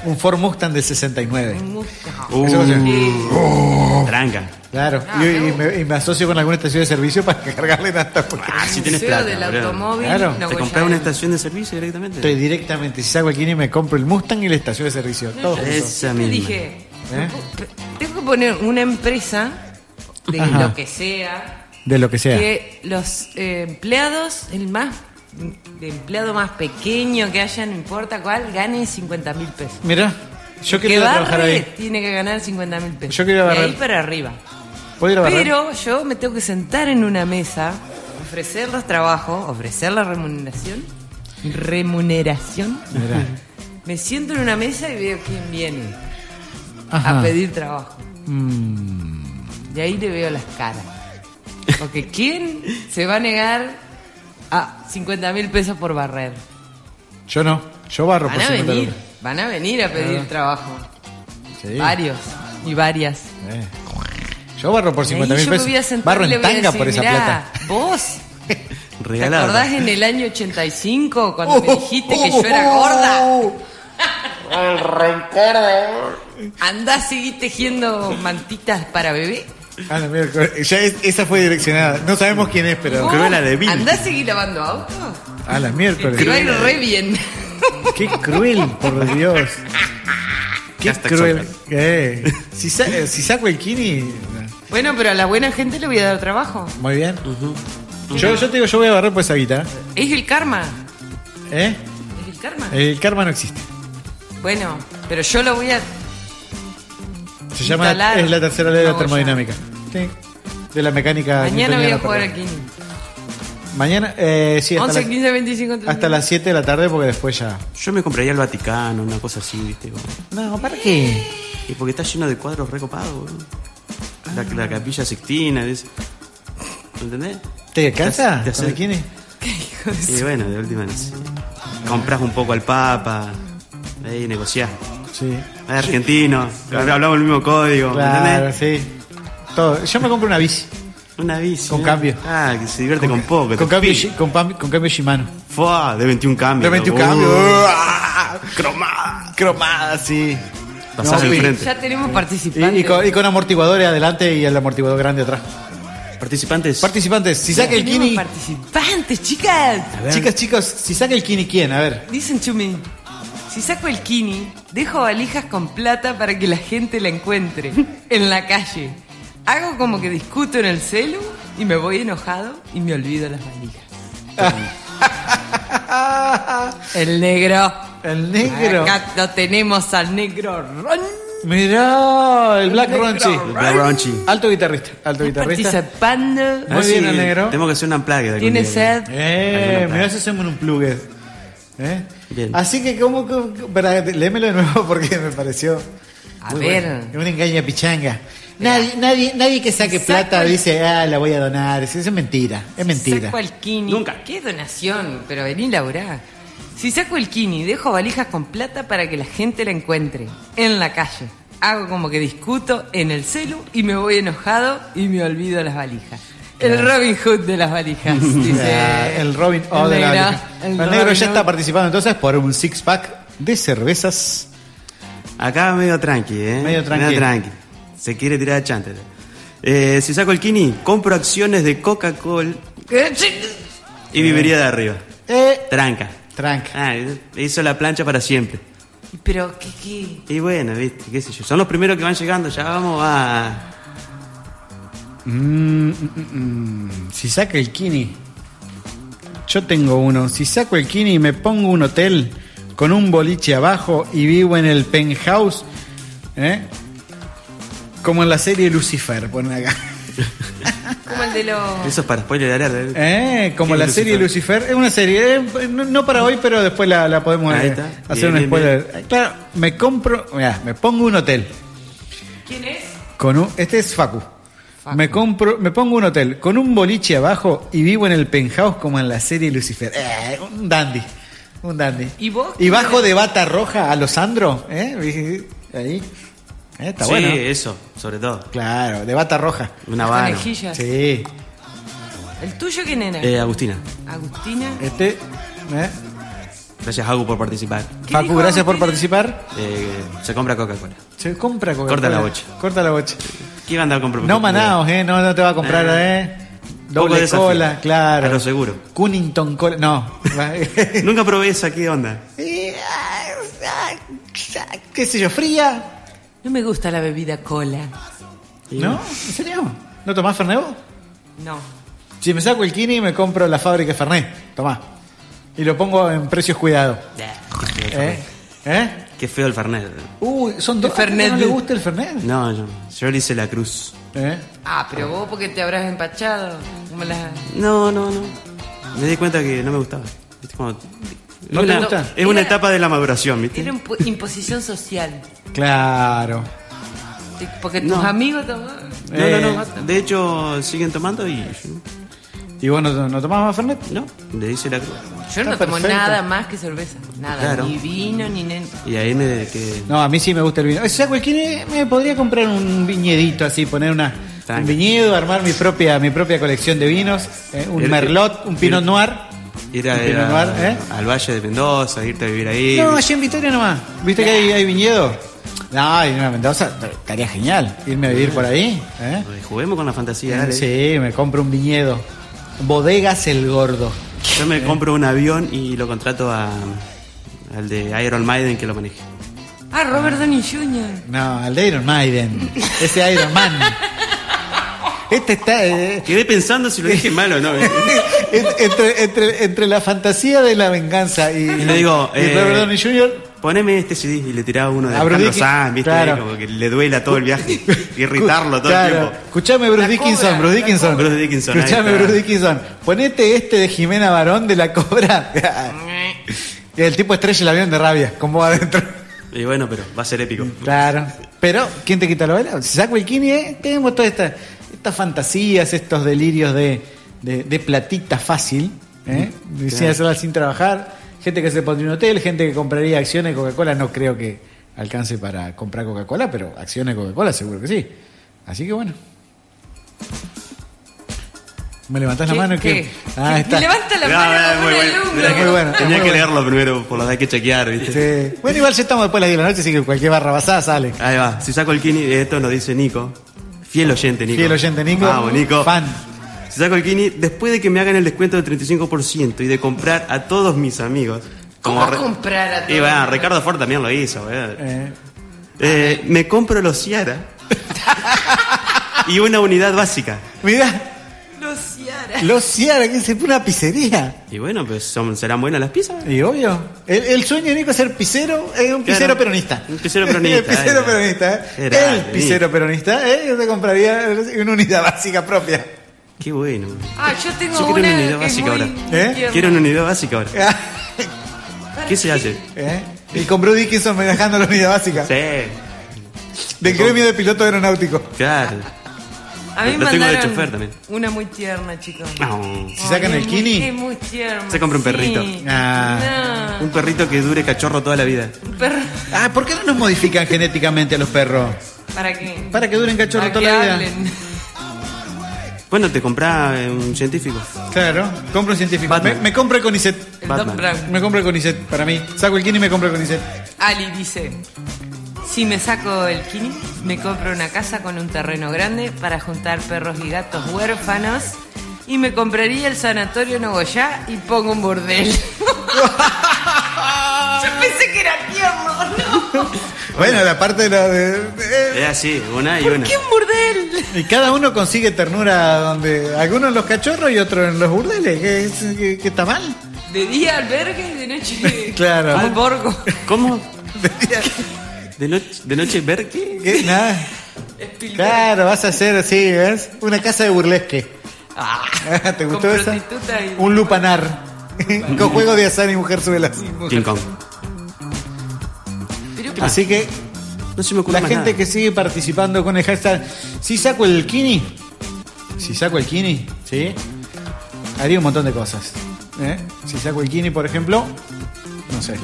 Un Ford Mustang de 69.
un musca.
Uh,
Eso va a ser.
tranca.
Claro.
Ah,
y,
me
y me, y me asocio con alguna estación de servicio para cargarle tanta. porque-
Ah, si tienes
Museo
plata.
del
boludo.
automóvil.
Claro,
no
Te
voy
compras
a-
una estación de servicio directamente.
Estoy directamente. Si saco el kini me compro el Mustang y la estación de servicio. Todo
Yo
junto.
Esa
te
misma.
dije,
¿Eh?
tengo que poner una empresa de
Ajá.
lo que sea,
De lo que sea.
que los eh, empleados, el más el empleado más pequeño que haya, no importa cuál, gane 50 mil pesos.
Mira, yo
Que
quería trabajar
barre
ahí.
tiene que ganar 50 mil pesos.
Yo quería
De
barrer.
ahí para arriba.
¿Puedo ir a barrer?
Pero yo me tengo que sentar en una mesa, ofrecer los trabajos, ofrecer la remuneración. Remuneración.
Mirá.
Me siento en una mesa y veo quién viene
Ajá.
a pedir trabajo.
Mm,
De ahí le veo las caras. Porque ¿quién se va a negar a 50 mil pesos por barrer?
yo no. Yo barro
Van
por
a
50
venir,
lucas. Ah. Eh.
van a venir a pedir trabajo.
Sí.
Varios y varias.
Eh. Yo barro por
Y ahí
50 mil
yo me voy a
pesos.
sentar
Barro
y le
en
voy a
tanga
decir,
por esa
"Mirá,
plata.
Vos, ¿te
Regalada.
acordás en el año 85 cuando me dijiste que yo era
Oh,
gorda? Andá a seguir tejiendo mantitas para bebé.
Ah, no, mira, ya es- esa fue direccionada. No sabemos quién es, pero.
Vos,
Cruella de Vil.
Andá a seguir lavando autos.
A
Te va
la
a ir
miércoles.
re bien.
Qué cruel, por Dios. Qué
Hashtag
cruel.
Sócrates.
Eh, Si, sa- eh, si saco el kini.
Bueno, pero a la buena gente le voy a dar trabajo.
Muy bien. yo, yo te digo, yo voy a barrer por esa guita.
Es el karma.
¿eh?
Es el karma.
El karma no existe.
Bueno, pero yo lo voy a.
Se llama
Instalar.
es la tercera ley de la
Hago ya.
termodinámica. Sí. De la mecánica.
Mañana voy
newtoniana
a jugar
perdón.
aquí.
Mañana, eh, sí, hasta,
11,
las,
15, 25, 30.
hasta las 7 de la tarde porque después ya.
Yo me compraría el Vaticano, una cosa así, ¿viste? Como-
No, ¿para qué?
Y porque está lleno de cuadros recopados, boludo. La, la capilla Sixtina, dice. ¿Entendés?
¿Te alcanza?
Te
¿Te
hace-
hace quién es?
Y bueno, de última vez. Compras un poco al Papa. Ahí negociás.
Sí.
Es argentino. Hablamos el mismo código.
Claro,
¿Entendés?
sí. Todo. Yo me compro una bici.
Una bici.
Con
¿no?
cambio.
Ah, que se divierte con, poco.
Con
te
cambio,
pide.
Shi- con, pam- con cambio Shimano.
Fua, de 21 cambios.
De 21
Uh,
cambios.
cromada.
Cromada, sí.
Pasás
No,
de
sí.
frente.
Ya tenemos
Y,
participantes.
y con, y con amortiguadores adelante y el amortiguador grande atrás.
Participantes.
Participantes, si saca el
Tenemos
kini.
participantes, chicas.
Chicas, chicos, si saca el kini, ¿quién? A ver.
Dicen Chumi, si saco el kini, dejo valijas con plata para que la gente la encuentre en la calle. Hago como que discuto en el celu y me voy enojado y me olvido las valijas. el negro.
El negro.
Acá lo tenemos al negro Ron.
Mirá, el Black
negro.
Ronchi.
Black Raunchy.
Alto guitarrista, alto guitarrista. Ah,
Participando.
Muy bien, el negro.
Tenemos que hacer una plaga.
Tiene sed.
Eh, mirá si hacemos un plugger. ¿Eh?
Bien.
Así que, ¿cómo? cómo- cómo- pará, léemelo de nuevo porque me pareció.
A
muy
ver.
bueno. Es una engaña pichanga. Nadie, nadie, nadie que saque
Saco
plata
el-
dice, ah, la voy a donar. Eso es mentira, es mentira.
Saco el kini.
Nunca.
¿Qué donación? Pero vení, laburá. Si saco el kini, dejo valijas con plata para que la gente la encuentre. En la calle. Hago como que discuto en el celu y me voy enojado y me olvido las valijas. El Robin Hood de las valijas.
Ah,
dice
el Robin
el
O de la
negro,
valija.
el
El negro
Robin
ya
Hood.
está participando entonces por un six pack de cervezas.
Acá medio tranqui, ¿eh?
Medio tranqui.
Se quiere tirar a chante. Eh, si saco el kini, compro acciones de Coca-Cola
Eh, chi-
y viviría de arriba.
Eh,
Tranca.
tranca.
Ah, hizo la plancha para siempre.
Pero, ¿qué, qué?
Y bueno, viste, qué sé yo. Son los primeros que van llegando, ya vamos a...
Mm, mm, mm. Si saco el kini. Yo tengo uno. Si saco el kini me pongo un hotel con un boliche abajo y vivo en el penthouse. ¿eh? Como en la serie Lucifer, ponen acá.
Como el de los.
Eso es para spoiler alert.
Eh, como
¿Quién
la
es
serie Lucifer. Es una serie, eh, no, no para hoy, pero después la, la podemos
Ahí
eh,
está. Bien,
hacer un
bien,
spoiler. Eh, Claro, me compro, mirá, me pongo un hotel.
¿Quién es?
Con un, este es Facu. Me compro, me pongo un hotel con un boliche abajo y vivo en el penthouse como en la serie Lucifer. Eh, un dandy. Un dandy.
¿Y vos?
Y bajo de bata roja a los Sandro, ¿eh? Ahí. Eh, está
sí,
bueno.
eso, sobre todo.
Claro, de bata roja.
Una vara.
Conejillas.
Sí.
¿El tuyo quién era?
Eh, Agustina,
Agustina.
Este. ¿eh?
gracias Agu por participar.
¿Qué
Facu,
dijo
gracias por
Agustina?
participar.
Eh, se compra Coca-Cola.
Se compra Coca-Cola.
Corta la bocha.
Corta la bocha.
¿Qué iba a andar con
No Manaos, ¿eh? No, no te va a comprar, ¿eh?
Poco
Doble
desafío.
cola, claro.
A lo seguro.
Cunnington cola. No.
Nunca probé esa, ¿qué onda?
Eh, ah, ah, ¿Qué sé yo? ¿Fría?
No me gusta la bebida cola.
¿No? ¿En serio? ¿No tomás Fernet vos?
No.
Si me saco el Kini, me compro la fábrica de Fernet. Tomá. Y lo pongo en precios cuidados.
Qué feo,
¿Eh? ¿Eh?
Qué feo el Fernet.
Uy, son dos.
El Fernet.
¿No le gusta el Fernet?
No, yo, yo le hice la cruz.
¿Eh?
Ah, pero vos porque te habrás empachado. Como la...
No, no, no. Me di cuenta que no me gustaba. ¿Viste? Como-
¿No
es
te
una,
gusta?
Es una
Era-
etapa de la maduración, ¿viste?
Era impo- imposición social.
Claro.
Te- Porque tus
No.
amigos tomaban.
No, no, no.
Eh.
De hecho, siguen tomando y yo-
¿Y vos no, no tomás más Fernet?
no, le hice la cruz.
Yo no
Está
tomo
perfecto.
nada más que cerveza. Nada.
Claro.
Ni vino, ni nen.
Y ahí me que
No, a mí sí me gusta el vino. O sea, cualquiera me podría comprar un viñedito así, poner una,
Tango.
un viñedo, armar mi propia, mi propia colección de vinos, eh, un
El-
merlot, un pinot
el-
noir.
ir
un
a-
pinot noir, ¿eh?
al Valle de Mendoza, irte a vivir ahí.
No, allí en Vitoria nomás. ¿Viste que hay, hay viñedo? No, irme a Mendoza estaría genial. Irme a vivir por ahí. ¿eh?
Juguemos con la fantasía, dale.
Sí, me compro un viñedo. Bodegas El Gordo.
Yo me compro un avión y lo contrato a, al de Iron Maiden que lo maneje.
Ah, Robert Downey Jr.
No, al de Iron Maiden. Ese Iron Man. Este está... eh,
Quedé pensando si lo dije mal o no.
En- entre, entre, entre la fantasía de la venganza y,
Y le digo,
y
eh,
Robert Downey Jr.
Poneme este CD y le tiraba uno de
A Bruce
Alejandro
Dickin-
Sanz, ¿viste?
claro.
Ahí Como que le duela todo el viaje. Irritarlo todo
Claro.
el tiempo.
Escuchame, Bruce
La
Dickinson,
cobra,
Bruce
la
Dickinson.
cobra. Bruce Dickinson, ahí
Escuchame,
está.
Bruce Dickinson. Ponete este de Jimena Barón de la Cobra. y el tipo estrella el avión de rabia, como va adentro.
Y bueno, pero va a ser épico.
Claro. Pero, ¿quién te quita la vela? Si saco el kini, eh, tenemos todas estas estas fantasías, estos delirios de, de, de platita fácil, ¿eh?
Mm,
De sin hacerla sin trabajar, gente que se pondría un hotel, gente que compraría acciones de Coca-Cola, no creo que alcance para comprar Coca-Cola, pero acciones de Coca-Cola seguro que sí. Así que bueno. ¿Me levantás la
¿Qué?
mano? y
¿Qué?
Ah,
Me
está.
Levanta la
No, muy
mano como un
bueno.
alumno.
Es muy bueno, es
Tenía
muy
que
bueno.
leerlo primero, por lo que hay que chequear, ¿viste?
Sí. Bueno, igual ya estamos después de las 10 de la noche, así que cualquier barra basada sale.
Ahí va. Si saco el kini, esto nos dice Nico. Fiel oyente, Nico.
Fiel oyente, Nico.
Vamos, Nico.
Fan.
Si saco el kini, después de que me hagan el descuento del 35% y de comprar a todos mis amigos.
¿Cómo
re-
comprar a
Y
todos?
bueno, Ricardo Ford también lo hizo, ¿verdad?
Eh,
Eh, me compro los Ciara y una unidad básica.
mirá,
Los Ciara.
los Ciara, que se pone una pizzería.
Y bueno, pues son- serán buenas las pizzas.
Y obvio. El, el sueño de Nico es ser pisero, es un
Claro.
pisero peronista.
Un pisero peronista,
el pisero
eh.
peronista, eh.
Qué grande,
El pisero
Nico.
peronista, eh. Yo te compraría una unidad básica propia.
Qué bueno.
Ah, yo tengo
Yo quiero
una
una unidad
que es
básica
muy
ahora.
¿Eh?
tierna.
Quiero una unidad básica ahora. ¿Qué se hace?
¿Eh? Y con Bruce Dickinson me dejando la unidad básica.
Sí,
Del gremio de piloto aeronáutico.
claro.
A mí
Lo
me
tengo de
mandaron
chofer también.
Una muy tierna, chicos.
No.
Si sacan
Ay,
el
es muy-
kini.
es muy tierna,
Se compra un
sí.
perrito.
Ah.
No,
Un perrito que dure cachorro toda la vida.
Un perro.
Ah, ¿por qué no nos modifican genéticamente a los perros?
¿Para qué?
Para que duren cachorro
Para
toda
que
la vida.
hablen.
Bueno, te comprás eh, un científico.
Claro, compro un científico. Me,
Batman.
me compro el Conicet.
El
Batman.
Doc Brown.
Me compro el Conicet para mí. Saco el Kini y me compro el Conicet.
Ali dice: Si me saco el kini, me compro una casa con un terreno grande para juntar perros y gatos huérfanos. Y me compraría el sanatorio Nogoyá y pongo un bordel. Yo pensé que era tierno, ¿no?
Bueno, la parte de la de- de-
Es Eh, así, una y
¿Por
una.
qué un bordel?
Y cada uno consigue ternura donde. Algunos en los cachorros y otros en los burdeles. ¿Qué, es- qué- qué está mal?
De día albergue y de noche
Claro.
al borgo.
¿Cómo? ¿De noche, de noche ver qué?
¿Qué? Nada. Claro, vas a hacer así, ¿ves? Una casa de burlesque. Ah,
¿Te
Con
gustó esa?
prostituta y-
Un lupanar. Con juego de azar y mujer suelas.
King Kong.
Pero,
Así que
No se me ocurre
la
más
gente
nada.
que sigue participando con el hashtag, si saco el kini, si saco el kini, ¿sí? Haría un montón de cosas. ¿eh? Si saco el kini, por ejemplo, no sé.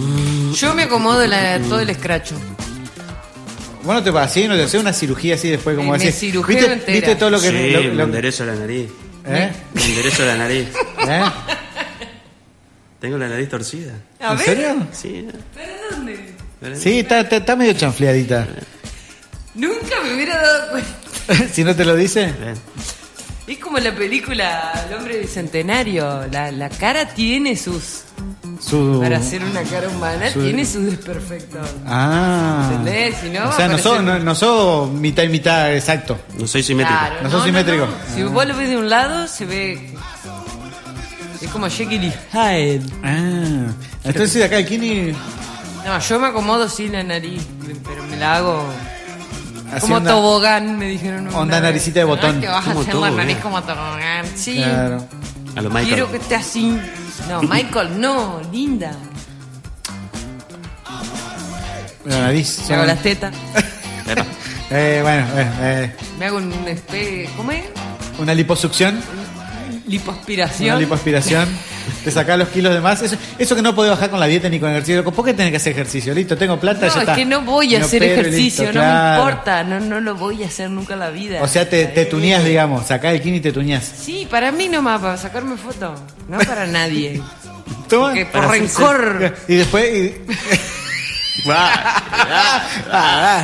yo me acomodo la- todo el escracho.
Vos no te vas así, no te haces una cirugía así después, como
Me
decís.
cirujeo
¿Viste,
entera.
viste todo lo que.
Sí,
lo-
me
lo-
enderezo la nariz.
¿eh?
Me enderezo la nariz.
¿Eh?
Tengo la nariz torcida.
A
¿En
ver.
serio?
Sí. ¿Para dónde?
Sí, está, está- está medio chanfleadita.
Nunca me hubiera dado cuenta.
si no te lo dice.
Es como la película El hombre bicentenario. La, la cara tiene sus.
Su...
Para hacer una cara humana,
su-
tiene sus desperfectos.
Ah.
¿Entendés? Si no,
o
va
sea,
a
no sos,
parecer-
no- no sos mitad y mitad exacto.
No soy simétrico.
Claro,
No sos simétrico.
Si vos lo ves de un lado, se ve. Es como Jekyll y Hyde.
Ah. Entonces acá el kini.
No, yo me acomodo sí la nariz, pero me la hago.
Así
Como
onda-
tobogán, me dijeron. una
Onda
vez.
naricita de
No,
botón.
que vas a
Como
hacer la
tobogán.
nariz como tobogán. Sí.
Claro.
A lo Michael.
Quiero que esté así. No, Michael, no, linda.
La nariz.
Me hago las tetas.
Epa.
Eh, bueno, eh, eh,
Me hago un espe... ¿Cómo es?
una liposucción, una
Lipoaspiración.
lipoaspiración. Te sacás los kilos de más. Eso, eso que no podés bajar con la dieta ni con el ejercicio. ¿Por qué tenés que hacer ejercicio? Listo, tengo plata,
No,
ya
es
está.
que no voy a
Me
hacer
opero y
ejercicio,
listo,
no
claro.
me importa, no, no lo voy a hacer nunca en la vida.
O sea, te, te tuneás,
Eh.
digamos. Sacás el kini y te tuneás.
Sí, para mí nomás, para sacarme foto, no para nadie.
Toma.
Porque por
Para hacerse-
rencor.
Y después. y- Ah,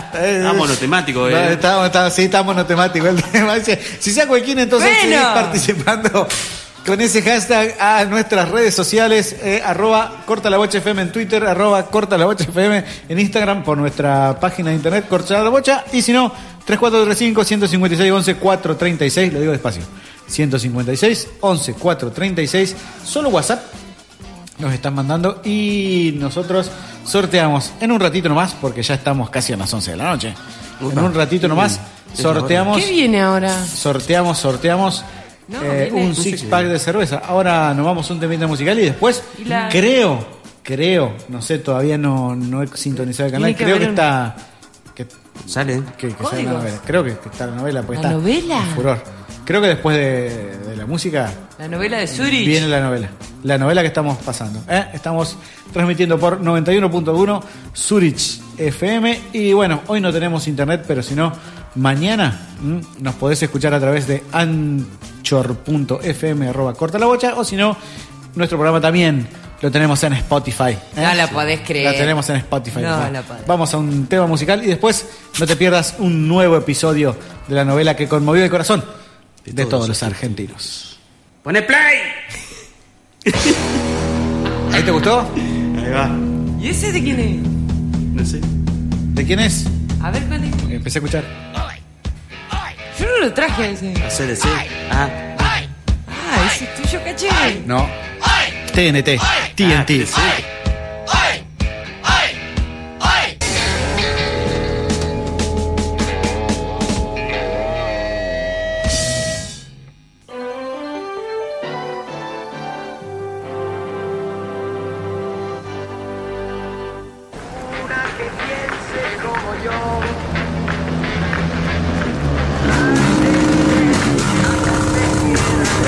basta, eh.
Ah, monotemático, eh.
No, está- está- sí, está monotemático el tema. Dice, Si sea cualquiera, entonces
Bueno.
seguís participando con ese hashtag a nuestras redes sociales, eh, arroba corta la bocha FM en Twitter, arroba corta la bocha FM en Instagram, por nuestra página de internet, corta la bocha, y si no, 3435 156 11 436, lo digo despacio, 156 11 436, solo WhatsApp nos están mandando y nosotros sorteamos en un ratito nomás, porque ya estamos casi a las 11 de la noche. En un ratito nomás sorteamos,
¿Qué viene ahora?
sorteamos, sorteamos
No,
eh,
viene.
un six pack de cerveza. Ahora nos vamos a un temita musical y después
Y la-
creo, creo, no sé, todavía no, no he sintonizado el canal,
Tiene que
creo
haber
que
un-
está... que-
Sale.
que, que sea
Códigos.
una novela. Creo que, que está la novela. Pues
¿La
está
novela?
en Furor. Creo que después de, de la música
La novela de Zurich.
Viene la novela. La novela que estamos pasando. ¿eh? Estamos transmitiendo por 91.1 Zurich FM. Y bueno, hoy no tenemos internet, pero si no, mañana ¿m? nos podés escuchar a través de anchor.fm arroba corta la bocha. O si no, nuestro programa también lo tenemos en Spotify. ¿eh?
No la podés creer.
La tenemos en Spotify.
No
¿verdad?
la podés.
Vamos a un tema musical y después no te pierdas un nuevo episodio de la novela que conmovió el corazón de, todos, los argentinos.
¡Pone play!
¿Ahí te gustó?
Ahí va.
¿Y ese de quién es?
No sé.
¿De quién es?
A ver, ¿cuál es?
Empecé a escuchar.
Yo no lo traje ese.
CDC. Ah.
Ah, ese es tuyo, caché.
No. TNT. TNT.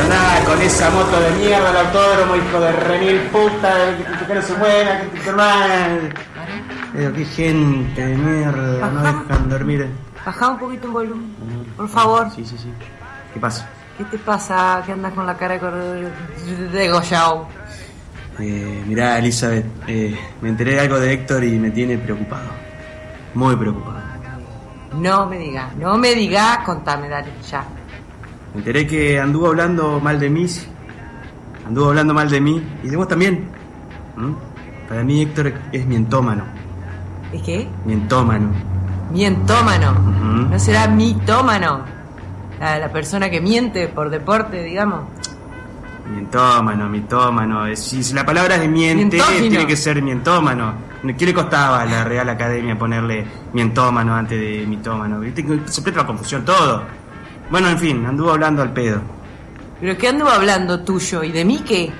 Nada, con esa moto de mierda al autódromo, hijo de remil puta, que, que no se muera, que tu hermana. Pero qué gente de mierda, no dejan dormir.
Bajá un poquito el volumen, por favor.
Sí, sí, sí. ¿Qué pasa?
¿Qué te pasa que andas con la cara de degollado?
Eh, mirá, Elizabeth, eh, me enteré de algo de Héctor y me tiene preocupado. Muy preocupado.
No me digas, no me digas, contame, dale, ya.
Me enteré que anduvo hablando mal de mí. sí. Anduvo hablando mal de mí y de vos también. ¿Mm? Para mí, Héctor es mientómano.
¿Es qué?
Mientómano.
Mientómano.
Ujú.
¿No será mitómano? La, la persona que miente por deporte, digamos.
Mientómano, mientómano. eh, Si si la palabra es miente,
Mientógino.
tiene que ser mientómano. No- ¿Qué le costaba a la Real Academia ponerle mientómano antes de mitómano? Viste que Se presta la confusión todo. Bueno, en fin, anduvo hablando al pedo.
¿Pero qué anduvo hablando tuyo? ¿Y de mí qué?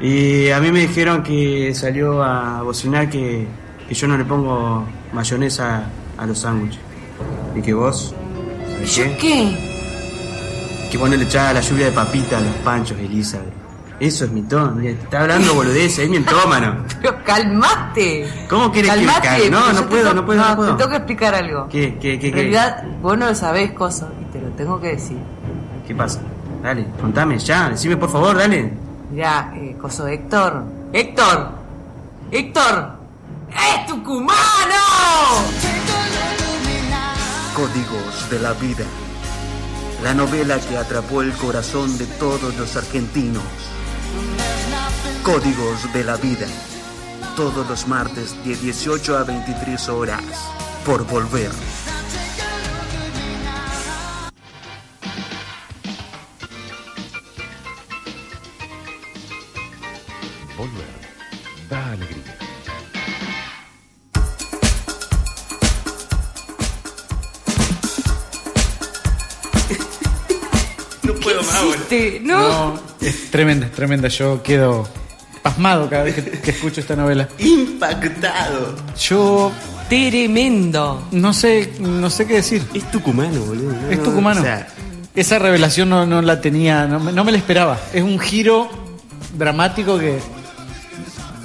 Y a mí me dijeron que salió a bocinar que, que yo no le pongo mayonesa a los sándwiches. Y que vos, ¿sabés
¿Yo qué?
Que vos no le echás la lluvia de papita a los panchos, Elizabeth. Eso es mitón. Está hablando boludez, es mientómano.
Pero calmate.
¿Cómo querés que
calmate.
cague? No, no
porque yo te
puedo,
tengo-
no puedo, no puedo.
Te tengo que explicar algo.
¿Qué, qué, qué,
En
qué?
realidad, vos no sabés cosas y te lo tengo que decir.
¿Qué pasa? Dale, contame ya, decime por favor, dale.
Mirá, eh, coso Héctor. ¡Héctor! ¡Héctor! ¡Es tucumano!
Códigos de la vida. La novela que atrapó el corazón de todos los argentinos. Códigos de la vida. Todos los martes de 18 a 23 horas. Por volver.
Volver da alegría.
No puedo más, boludo.
No.
Es tremenda, tremenda. Yo quedo pasmado cada vez que, que escucho esta novela.
Impactado.
Yo
Tremendo.
no sé, no sé qué decir.
Es tucumano, boludo. No,
Es
no,
tucumano.
o sea,
Esa revelación no, no la tenía, no me, no me la esperaba. Es un giro dramático que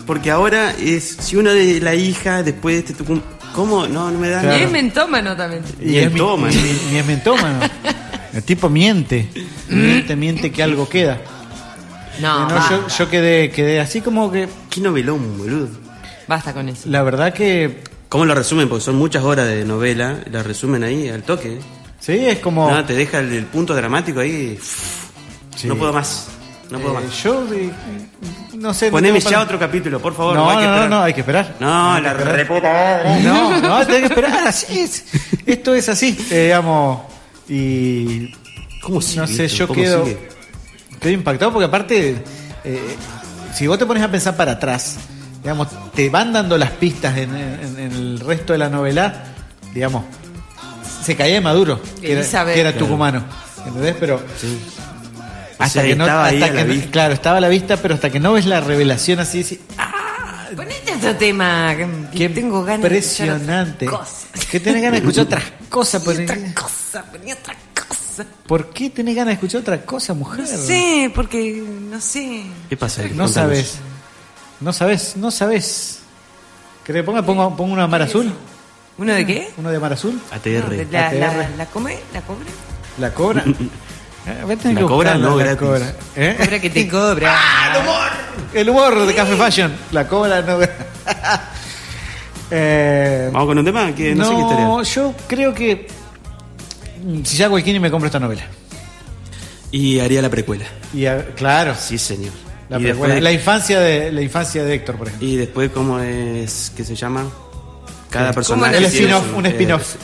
porque ahora es. Si uno de la hija después de este tucum. ¿Cómo? No, no me da
Claro.
Y es mentómano también.
Y el
mi-
toma.
Y, y es mentómano. El tipo miente. Miente, miente que algo queda.
Ah,
No,
No, yo,
basta.
yo quedé, quedé así como que.
Qué novelón, boludo.
Basta con eso.
La verdad que.
¿Cómo lo resumen? Porque son muchas horas de novela. La resumen ahí, al toque.
Sí, es como.
No, te deja el, el punto dramático ahí.
Oh. Sí.
No puedo más. No puedo
Eh,
más.
Yo eh, no sé. no
Poneme
tengo
ya
para-
otro capítulo, por favor.
No,
hay
no,
que
no,
esperar.
no, hay que esperar.
No, Ah, la reputa madre.
No, no, tenés que esperar, así es. Esto es así, eh, digamos. Y.
¿Cómo sigue
No sé,
esto?
yo
¿Cómo
quedo.
sigue?
Quedo impactado porque, aparte, eh, si vos te pones a pensar para atrás, digamos, te van dando las pistas en, en- en el resto de la novela, digamos. Se caía de Maduro, que era,
Elizabeth.
que era
Claro.
tucumano. ¿Entendés? Pero.
O
Hasta
sea,
que no,
estaba ahí
hasta
a la
que no-
vista.
claro, estaba a la vista, pero hasta que no ves la revelación así, decís,
Ponete otro tema. Que que
Qué
tengo ganas de escuchar
impresionante.
otras cosas.
Que tenés ganas de escuchar otras cosas.
Y
Pues,
otra cosa, ponía otra cosa.
¿Por qué tenés ganas de escuchar otra cosa, mujer?
No sé, porque no sé.
¿Qué pasa? ahí?
No
Contanos.
sabes. No sabes, no sabes. ¿Que te ponga, pongo, pongo uno de mar azul?
¿Uno de qué?
¿Uno de mar azul?
No, de
ATR.
la,
ATR.
la, la come, la cobra.
¿La cobra? Eh, voy a tener
La
que
cobra
buscarla,
no
la
gratis.
cobra. ¿Eh?
Cobra que te cobra.
Ah, El humor de Café Fashion. La cobra no. eh,
Vamos con un tema que no, sé qué
no,
historia.
yo creo que. mm, Si ya cualquiera me compro esta novela.
Y haría la precuela.
Y a- claro,
Sí, señor.
La,
y,
precuela.
después,
La infancia de la infancia de Héctor, por ejemplo.
y después, ¿cómo es que se llama? Cada
¿Cómo
personaje.
era
El
el
tiene
spin-off,
su-
un spin-off.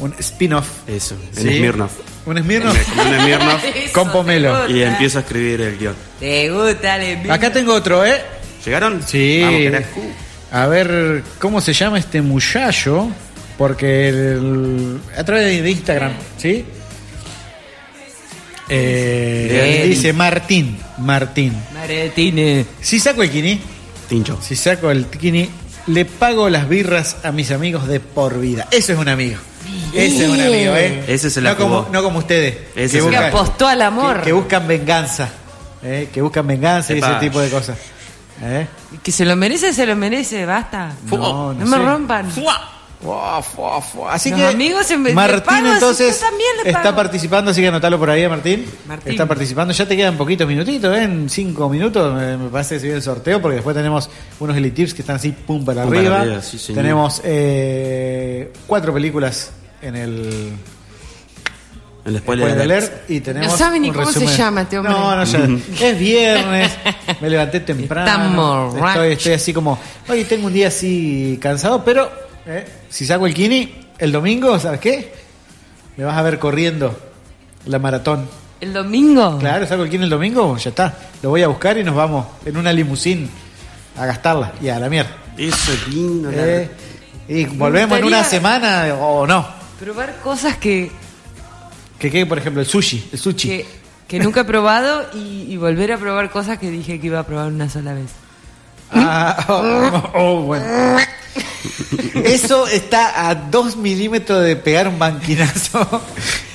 Un spin-off.
eh, Eso, en
Sí.
Smirnoff.
Un Smirnoff.
Como un Smirnoff.
Eso,
Con
te
pomelo.
gusta.
y empiezo a escribir el guión.
Te gusta, le
Acá tengo otro, ¿eh?
¿Llegaron?
Sí.
Vamos, carajo.
A ver, ¿cómo se llama este muchacho? Porque el- a través de Instagram, ¿sí? Eh,
Bien.
dice Martín, Martín.
eh.
Maretine.
Si saco el ¿eh? kini,
Tincho.
si saco el kini, le pago las birras a mis amigos de por vida. Eso es un amigo. Ese es un amigo, ¿eh?
Ese se la
no como,
jugó.
no como ustedes.
Ese
que
Que
se la
buscan-
apostó al amor.
que, que buscan venganza. ¿eh? Que buscan venganza y
Epa.
ese tipo de cosas. ¿eh?
Que se lo merece, se lo merece, basta. No,
No, no
me
sé.
rompan.
Fua, fua, fua. Así
Los
que
amigos en vez de
Martín
palos,
entonces
usted también le
está
paga.
participando, así que anotalo por ahí, eh, Martín.
Martín.
Está participando, ya te quedan poquitos minutitos, ¿eh? en cinco minutos eh, me parece que se viene el sorteo, porque después tenemos unos elitips que están así pum para
Pum para
arriba.
arriba, sí, señor.
tenemos eh, cuatro películas en el
El
Puede
spoiler alert.
leer y tenemos
No sabe ni
un
cómo se
resumen.
llama este hombre.
No, no, ya. es viernes, me levanté
Está
temprano.
borracho.
Estoy, estoy así como, hoy tengo un día así cansado, pero eh, si saco el kini el domingo, ¿sabes qué? Me vas a ver corriendo la maratón.
El domingo.
Claro, saco el kini el domingo, ya está. Lo voy a buscar y nos vamos en una limusín a gastarla y a la mierda.
Eso es lindo. la-
Eh, y volvemos en
gustaría-
una semana o no.
Probar cosas que,
Que quede, por ejemplo, el sushi. El sushi.
que que nunca he probado y, y volver a probar cosas que dije que iba a probar una sola vez.
Ah, oh, oh, bueno. Eso está a dos milímetros de pegar un banquinazo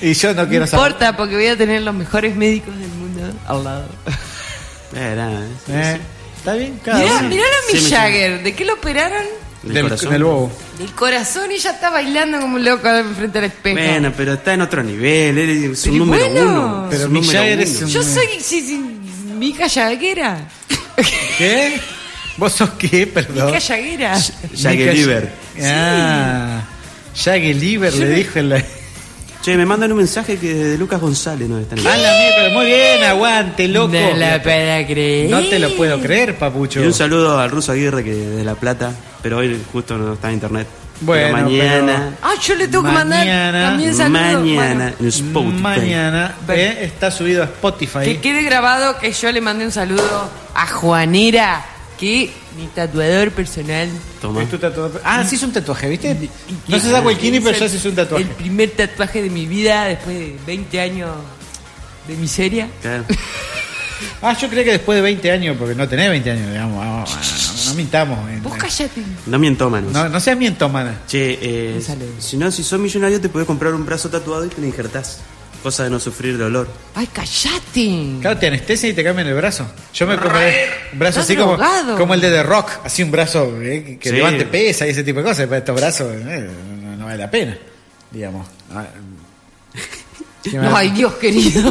y yo no
No
quiero saber.
importa, porque voy a tener los mejores médicos del mundo al lado.
Eh, Está bien, cada
Mirá,
uno.
mirá a Mick Jagger, ¿de qué lo operaron?
Del, del bobo.
Del corazón y ya está bailando como un loco frente al espejo.
Bueno, pero está en otro nivel, él es un
Pero
número
bueno.
uno.
Pero
es un
Mick
número
Jagger
uno.
es un-
Yo soy si, si, Mica Jaguera.
¿Qué? ¿Vos sos qué? Perdón.
Mica Jaguera.
Jagueliver.
Ah, Jagueliver
Sí.
le dijo en la.
Che, me mandan un mensaje que de Lucas González nos están
A la mierda, muy bien, aguante, loco.
No la
puedo creer.
No te lo puedo creer, papucho.
Y un saludo al ruso Aguirre que de La Plata, pero hoy justo no está en internet.
Bueno,
pero mañana.
Ah, yo le tengo que mandar también saludos.
mañana
Bueno,
en Spotify.
Mañana eh, está subido a
que
Spotify.
quede grabado que yo le mandé un saludo a Juanera, que mi tatuador personal.
Es tu tatuaje. Ah, sí, es un tatuaje, ¿viste? No se saca el kini, pero ya se hizo un tatuaje.
El primer tatuaje de mi vida después de 20 años de miseria.
Ah, yo creo que después de 20 años, porque no tenés 20 años, digamos, vamos, no, no mintamos. eh.
Vos callate.
No mientómanos.
No, no seas mientómana.
Che, eh, si no, si sos millonario te podés comprar un brazo tatuado y te lo injertás. Cosa de no sufrir dolor.
Ay, callate.
Claro, te anestesian y te cambian el brazo. Yo me compré un brazo
Estás
así como,
drogado.
como el de The Rock, así un brazo eh, que- que
Sí.
levante pesa y ese tipo de cosas, pero estos brazos eh, no, no vale la pena, digamos. Ah, ¿qué más?
Ay, Dios querido.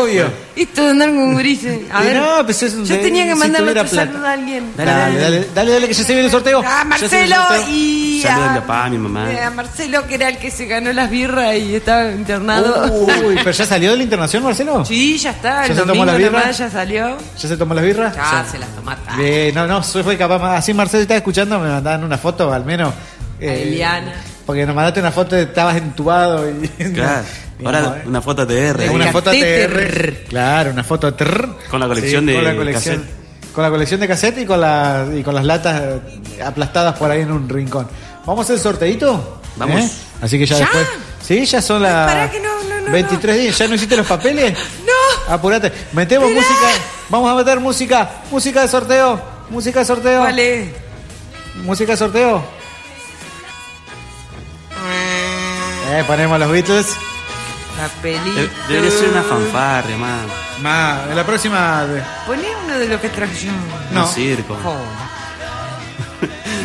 Obvio.
Esto de andar con grises. A
Y
ver,
no, pues es un-
yo tenía que
si
mandarle
tuviera
un
plata.
saludo a alguien.
Dale, dale, dale, dale, dale, que ya se viene el sorteo.
A
Ya se viene
Marcelo
el sorteo.
y
Saludos a mi
a, Eh,
papá, a mi mamá.
a Marcelo, que era el que se ganó las birras y estaba internado.
Uy, pero ya salió de la internación, Marcelo.
Sí, ya está.
¿Ya
El
se tomó
domingo
la
la
birra?
madre ya salió.
¿Ya se tomó las birras?
Ya se las tomó.
Bien, Ah. no, no, fue capaz. más. Así Marcelo si estás escuchando, me mandaban una foto al menos.
A
eh,
Eliana.
Porque nos mandaste una foto de estabas entubado y.
Claro.
y no,
Ahora
eh.
una foto TR.
Una foto TR. Claro, una foto TR.
Con la colección
Sí,
de
con la colección, con la colección de cassette y con, la, y con las latas eh, aplastadas por ahí en un rincón. ¿Vamos a hacer el sorteito?
Vamos.
Así que ya,
¿Ya?
después. Sí, ya son las.
que no, no,
23 días. ¿Ya no hiciste los papeles?
No.
Apurate. Metemos música. Vamos a meter música. Música de sorteo. Música de sorteo.
Vale.
Música de sorteo. Eh, ponemos los Beatles.
La peli.
De- Debería ser una fanfarria, más.
Más, en la próxima. de-
Poné uno de los que traje yo.
Un circo.
No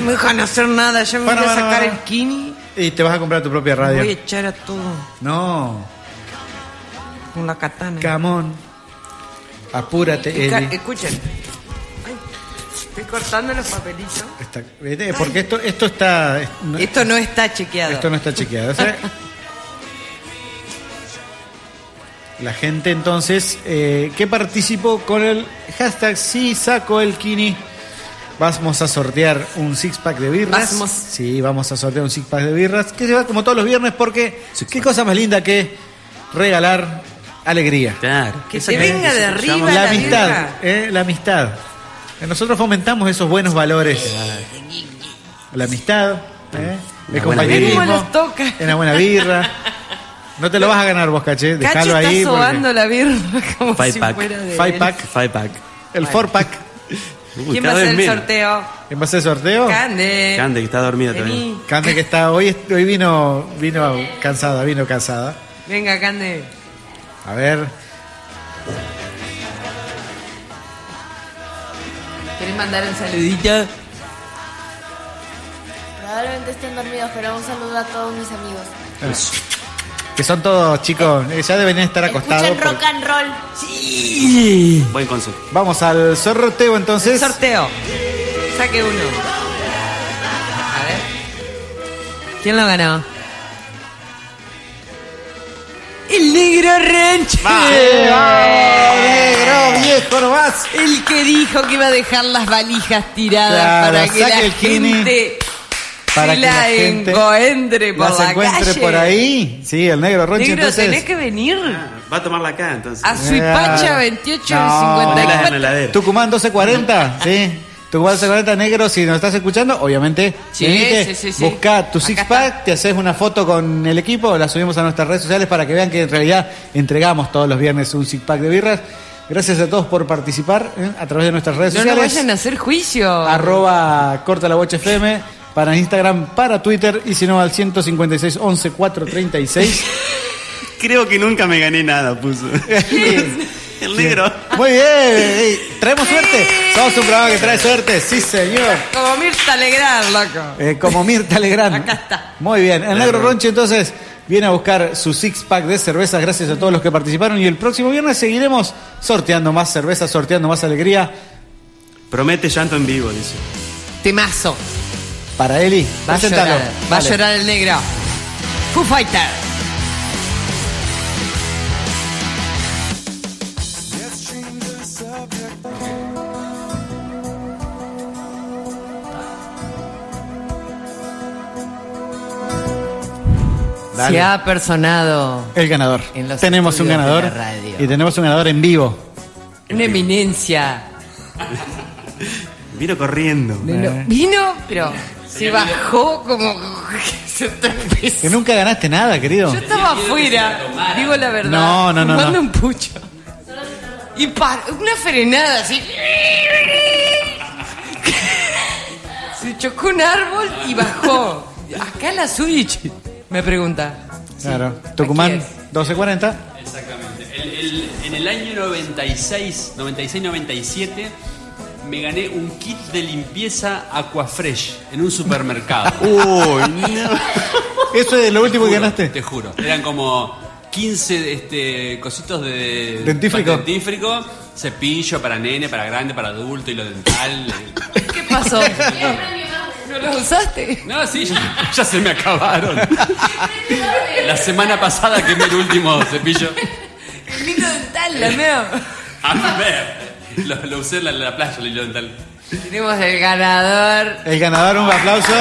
me dejan hacer nada. Yo me
Para,
voy a
para,
sacar
para.
el kini.
Y te vas a comprar tu propia radio.
Voy a echar a todo.
No.
Con la katana.
Camón. Apúrate,
Esca-
Eli.
Escuchen. Ay, estoy cortando los papelitos.
Está- vete, porque esto, esto está. no-
Esto no está chequeado.
esto no está chequeado. o sea. la gente entonces eh, que participó con el hashtag si saco el kini. Vamos a sortear un six pack de birras.
Vamos.
Sí, vamos a sortear un six pack de birras. Que se va como todos los viernes porque qué cosa más linda que regalar alegría.
Claro.
Que te venga de arriba
La
la
amistad,
birra.
eh, la amistad. Eh, Nosotros fomentamos esos buenos valores. La amistad, eh, el
Una buena
compañerismo,
birra. ¿Cómo nos toca?
una buena birra. No te lo vas a ganar vos, caché. Dejalo
Cacho
ahí.
está
porque-
sobando la birra como
Five
si
pack.
fuera de
Five
él.
pack.
Five pack.
El four pack.
Uy,
¿Quién va a hacer
cada vez
el
menos.
sorteo?
¿En base al sorteo?
Cande.
Cande, que está dormida también.
Vení.
Cande que está hoy, hoy vino, vino cansada, vino cansada.
Venga, Cande.
A ver.
¿Querés mandar un saludito?
Probablemente estén dormidos, pero un saludo a todos mis amigos.
Que son todos chicos, eh, ya deberían estar acostados.
Escuchen rock
porque-
and roll.
Sí.
Buen consejo.
Vamos al sorteo entonces.
sorteo. Saque uno. A ver. ¿Quién lo ganó? El negro ranch.
Ah, negro viejo nomás.
El que dijo que iba a dejar las valijas tiradas
Claro,
para que la
saque el kini.
gente
Para
se
que la
la
gente
encuentre por
Las
la
encuentre
calle.
por ahí. Sí, el negro Ronchi.
Negro,
entonces.
tenés que venir
Ah, Va a tomarla acá,
Ah,
entonces.
a Suipacha
Ah.
28
No.
Ponela en la heladera.
Tucumán 1240, sí. Tu cuadro se conecta negro si nos estás escuchando, obviamente.
Sí,
venite,
sí, sí, sí.
Buscá tu six pack, te haces una foto con el equipo, la subimos a nuestras redes sociales para que vean que en realidad entregamos todos los viernes un six pack de birras. Gracias a todos por participar ¿eh? a través de nuestras redes
No nos
sociales.
vayan a hacer juicio.
Arroba corta la bocha FM para Instagram, para Twitter y si no al 156 11 436.
Creo que nunca me gané nada, puso. El negro.
Muy bien, eh, traemos suerte. Somos un programa que trae suerte, sí señor.
Como Mirta Legrand, loco.
Eh, como Mirta Legrand. Acá
está.
Muy bien. El Negro Ronchi entonces viene a buscar su six pack de cervezas. Gracias a todos los que participaron. Y el próximo viernes seguiremos sorteando más cervezas, sorteando más alegría.
Promete llanto en vivo, dice.
Temazo.
Para Eli,
Va a
presentalo.
llorar. Va a
Dale.
llorar el negro. Foo Fighter.
Dale.
Se ha personado
El ganador.
En los
Tenemos un
estudios
ganador.
de la radio.
Y tenemos un ganador en vivo.
una eminencia.
Vino corriendo.
Vino,
Ah.
vino, pero se bajó como... se tropezó.
Que nunca ganaste nada, querido.
Yo estaba afuera, digo la verdad.
No, no, no,
fumando
no.
un pucho. Y par- una frenada así. Se chocó un árbol y bajó. Acá la Switch, me pregunta.
Claro. Tucumán, 1240.
Exactamente. El- el- en el año 96, 96-97, me gané un kit de limpieza Aquafresh en un supermercado.
Uy, Eso es lo último que ganaste.
Te juro. Eran como 15 este, cositos de.
Dentífrico.
dentífrico, Cepillo para nene, para grande, para adulto y lo dental.
¿Qué pasó? ¿No los usaste?
No, sí, ya, ya se me acabaron. La semana pasada quemé el último cepillo.
El hilo dental, la meo.
A ver, lo, lo usé en la, la playa, el hilo dental.
Tenemos el ganador
El ganador, un aplauso.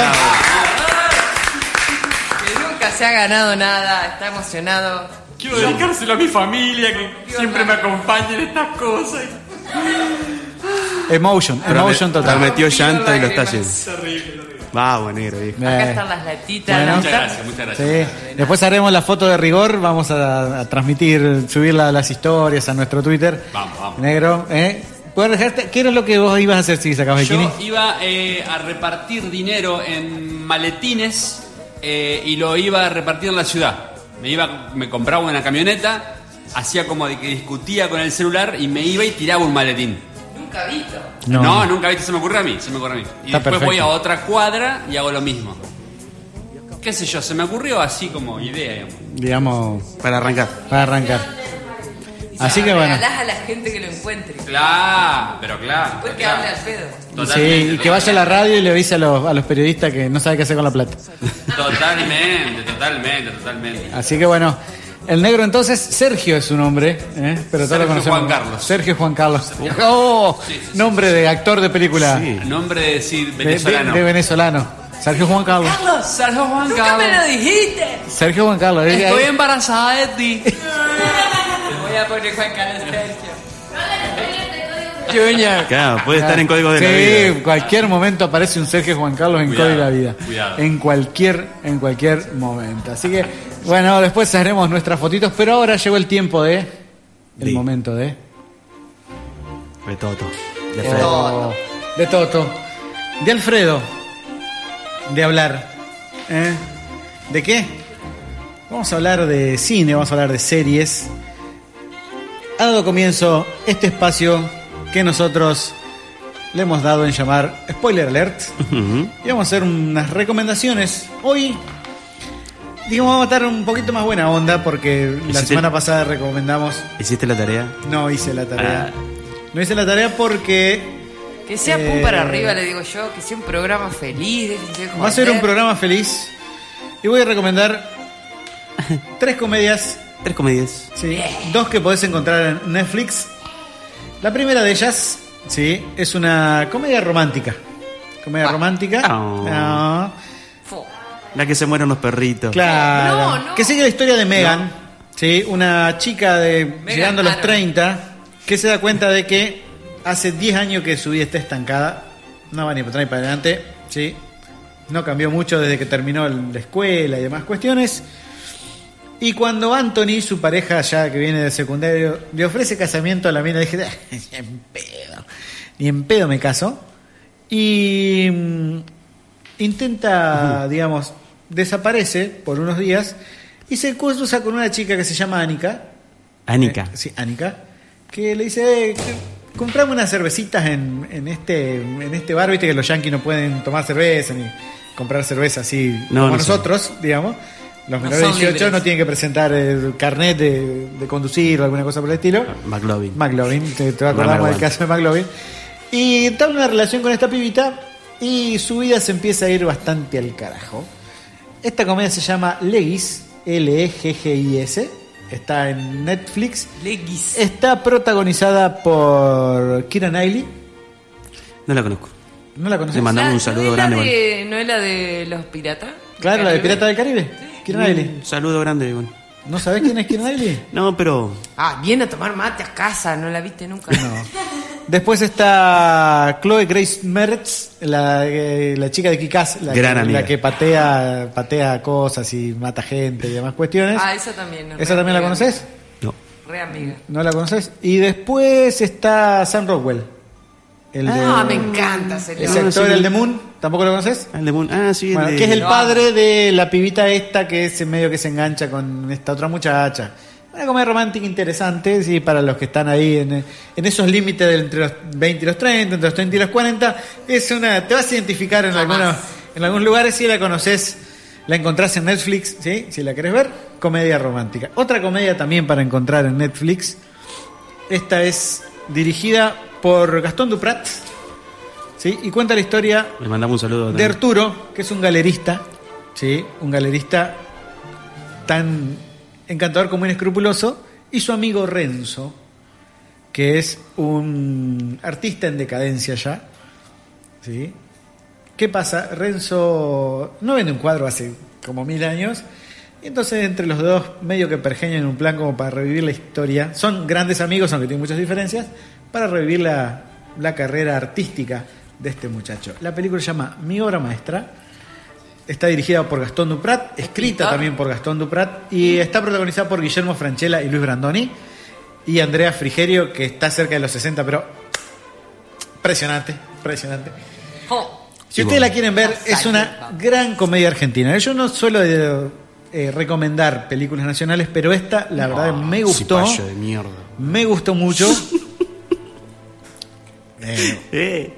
que nunca se ha ganado nada, está emocionado.
Quiero dedicárselo a mi familia, que siempre me acompaña en estas cosas.
Emotion, emotion total.
Prometió llanto y lo está haciendo.
Terrible, terrible.
Vamos, negro, viejo.
Acá
Eh.
están las latitas.
Bueno.
las-
Muchas gracias, muchas gracias.
Sí. Después haremos la foto de rigor, vamos a, a transmitir, subirla a las historias, a nuestro Twitter.
Vamos, vamos.
Negro, ¿eh? ¿Puedes dejarte? ¿Qué era lo que vos ibas a hacer si sacabas bikini?
Yo iba eh, a repartir dinero en maletines eh, y lo iba a repartir en la ciudad. Me iba, me compraba una camioneta, hacía como de que discutía con el celular y me iba y tiraba un maletín.
Nunca visto.
No,
No.
nunca viste, se me ocurre a mí, se me ocurre a mí. Y
Está
después voy
perfecto.
a otra cuadra y hago lo mismo. Qué sé yo, se me ocurrió así como idea, digamos.
Digamos,
Para arrancar.
para arrancar. Así que bueno.
Regalás a la gente que lo encuentre.
Claro, pero claro.
Después que
claro.
hable al pedo.
Sí,
Totalmente,
y que vaya a la radio y le avise a los, a los periodistas que no sabe qué hacer con la plata.
Totalmente, totalmente, totalmente.
Así que bueno, el negro entonces, Sergio es su nombre, ¿eh? pero todos lo
Sergio
conocemos.
Juan Carlos.
Sergio Juan Carlos. ¡Oh! nombre de actor de película.
A nombre de decir
De- de-
venezolano.
de venezolano. Sergio Juan Carlos.
Carlos, Sergio Juan Nunca me lo dijiste.
Sergio Juan Carlos. él-
Estoy
él-
embarazada de ti. Te voy a poner Juan Carlos Sergio. Junior.
Claro, puede estar en código de la
Sí,
vida.
en cualquier momento aparece un Sergio Juan Carlos en
Cuidado,
Código de la Vida.
cuidado.
En cualquier, en cualquier momento. Así que, bueno, después haremos nuestras fotitos, pero ahora llegó el tiempo de. El momento de.
De Toto. De
Oh,
Fred.
de Toto. De Alfredo. De hablar. ¿Eh? ¿De qué? Vamos a hablar de cine, vamos a hablar de series. Ha dado comienzo este espacio que nosotros le hemos dado en llamar Spoiler Alert.
Ujú.
Y vamos a hacer unas recomendaciones. Hoy, digamos, vamos a estar un poquito más buena onda porque la
Hiciste-
semana pasada recomendamos.
¿Hiciste la tarea?
No hice la tarea.
Ah.
No hice la tarea porque
Que sea
Eh.
pum para arriba, le digo yo. Que sea un programa feliz. déjense de
va a ser un
joder.
programa feliz. Y voy a recomendar tres comedias.
Tres comedias.
Sí, dos que podés encontrar en Netflix. La primera de ellas, sí, es una comedia romántica.
Ah.
Comedia romántica. Ah,
Oh.
No.
Fu.
La que se mueren los perritos.
Claro.
No, no.
Que sigue la historia de Megan, ¿sí? una chica de eh, llegando a los
claro.
30 que se da cuenta de que hace 10 años que su vida está estancada No va ni para atrás ni para adelante, sí. No cambió mucho desde que terminó la escuela y demás cuestiones. Y cuando Anthony, su pareja ya que viene de secundario, le ofrece casamiento a la mina, dije, "Ah, ni en pedo, ni en pedo me caso. Y mm, intenta, digamos, desaparece por unos días y se cruza con una chica que se llama Anika,
Anica.
Eh, Sí, Anika. Que le dice, eh, que- comprame unas cervecitas en, en este, en este bar, viste que los yanquis no pueden tomar cerveza ni comprar cerveza así
No,
como
no sé.
nosotros, digamos. Los
No
menores de
son
18
libres.
no tienen que presentar el carnet de, de conducir o alguna cosa por el estilo.
McLovin.
McLovin, te, te acordamos
Number
del
one.
caso de McLovin. Y está en una relación con esta pibita y su vida se empieza a ir bastante al carajo. Esta comedia se llama Legis, E L-E-G-G-I-S. Está en Netflix.
Legis.
Está protagonizada por Kira Knightley.
No la conozco.
¿No la conoces?
Le mandamos un saludo
¿No es
grande,
la
Iván.
de, ¿No es la de los piratas?
Claro, la de Pirata del Caribe. Kira Knightley.
Un saludo grande, Iván.
¿No sabés quién es Kira Knightley?
No, pero.
Ah, viene a tomar mate a casa, no la viste nunca.
Después está Chloe Grace Mertz, la, eh, la chica de Kikaz, la,
Gran
que,
amiga.
la que patea, patea cosas y mata gente y demás cuestiones.
Ah, esa también. no,
¿Esa
re
también la
amiga.
conoces?
Re amiga.
¿No la conoces? Y después está Sam Rockwell. El de-
Ah, me encanta ese
Ese
loco.
actor, el de Moon, ¿tampoco lo conoces?
El de Moon, ah, sí.
Bueno,
de-
que es el
Lo
padre de la pibita esta que es medio que se engancha con esta otra muchacha. Una comedia romántica interesante, sí, para los que están ahí en, en esos límites de entre los 20 y los 30, entre los 30 y los 40. Es una, te vas a identificar en, algunos, en algunos lugares si la conoces, la encontrás en Netflix, ¿sí? si la querés ver, comedia romántica. Otra comedia también para encontrar en Netflix. Esta es dirigida por Gastón Duprat ¿sí? y cuenta la historia
Le mandamos un saludo.
de
también.
Arturo, que es un galerista, ¿sí? un galerista tan encantador como inescrupuloso, y su amigo Renzo, que es un artista en decadencia ya. ¿sí? ¿Qué pasa? Renzo no vende un cuadro hace como mil años. Y entonces entre los dos medio que pergeñan un plan como para revivir la historia. Son grandes amigos, aunque tienen muchas diferencias, para revivir la, la carrera artística de este muchacho. La película se llama Mi obra maestra. Está dirigida por Gastón Duprat, escrita también por Gastón Duprat y está protagonizada por Guillermo Franchella y Luis Brandoni y Andrea Frigerio que está cerca de los 60, pero impresionante, impresionante.
Oh,
Si ustedes la quieren ver, es una gran comedia argentina. Yo no suelo eh, eh, recomendar películas nacionales, pero esta, la verdad, me gustó.
Cipayo de mierda.
Me gustó mucho. Eh,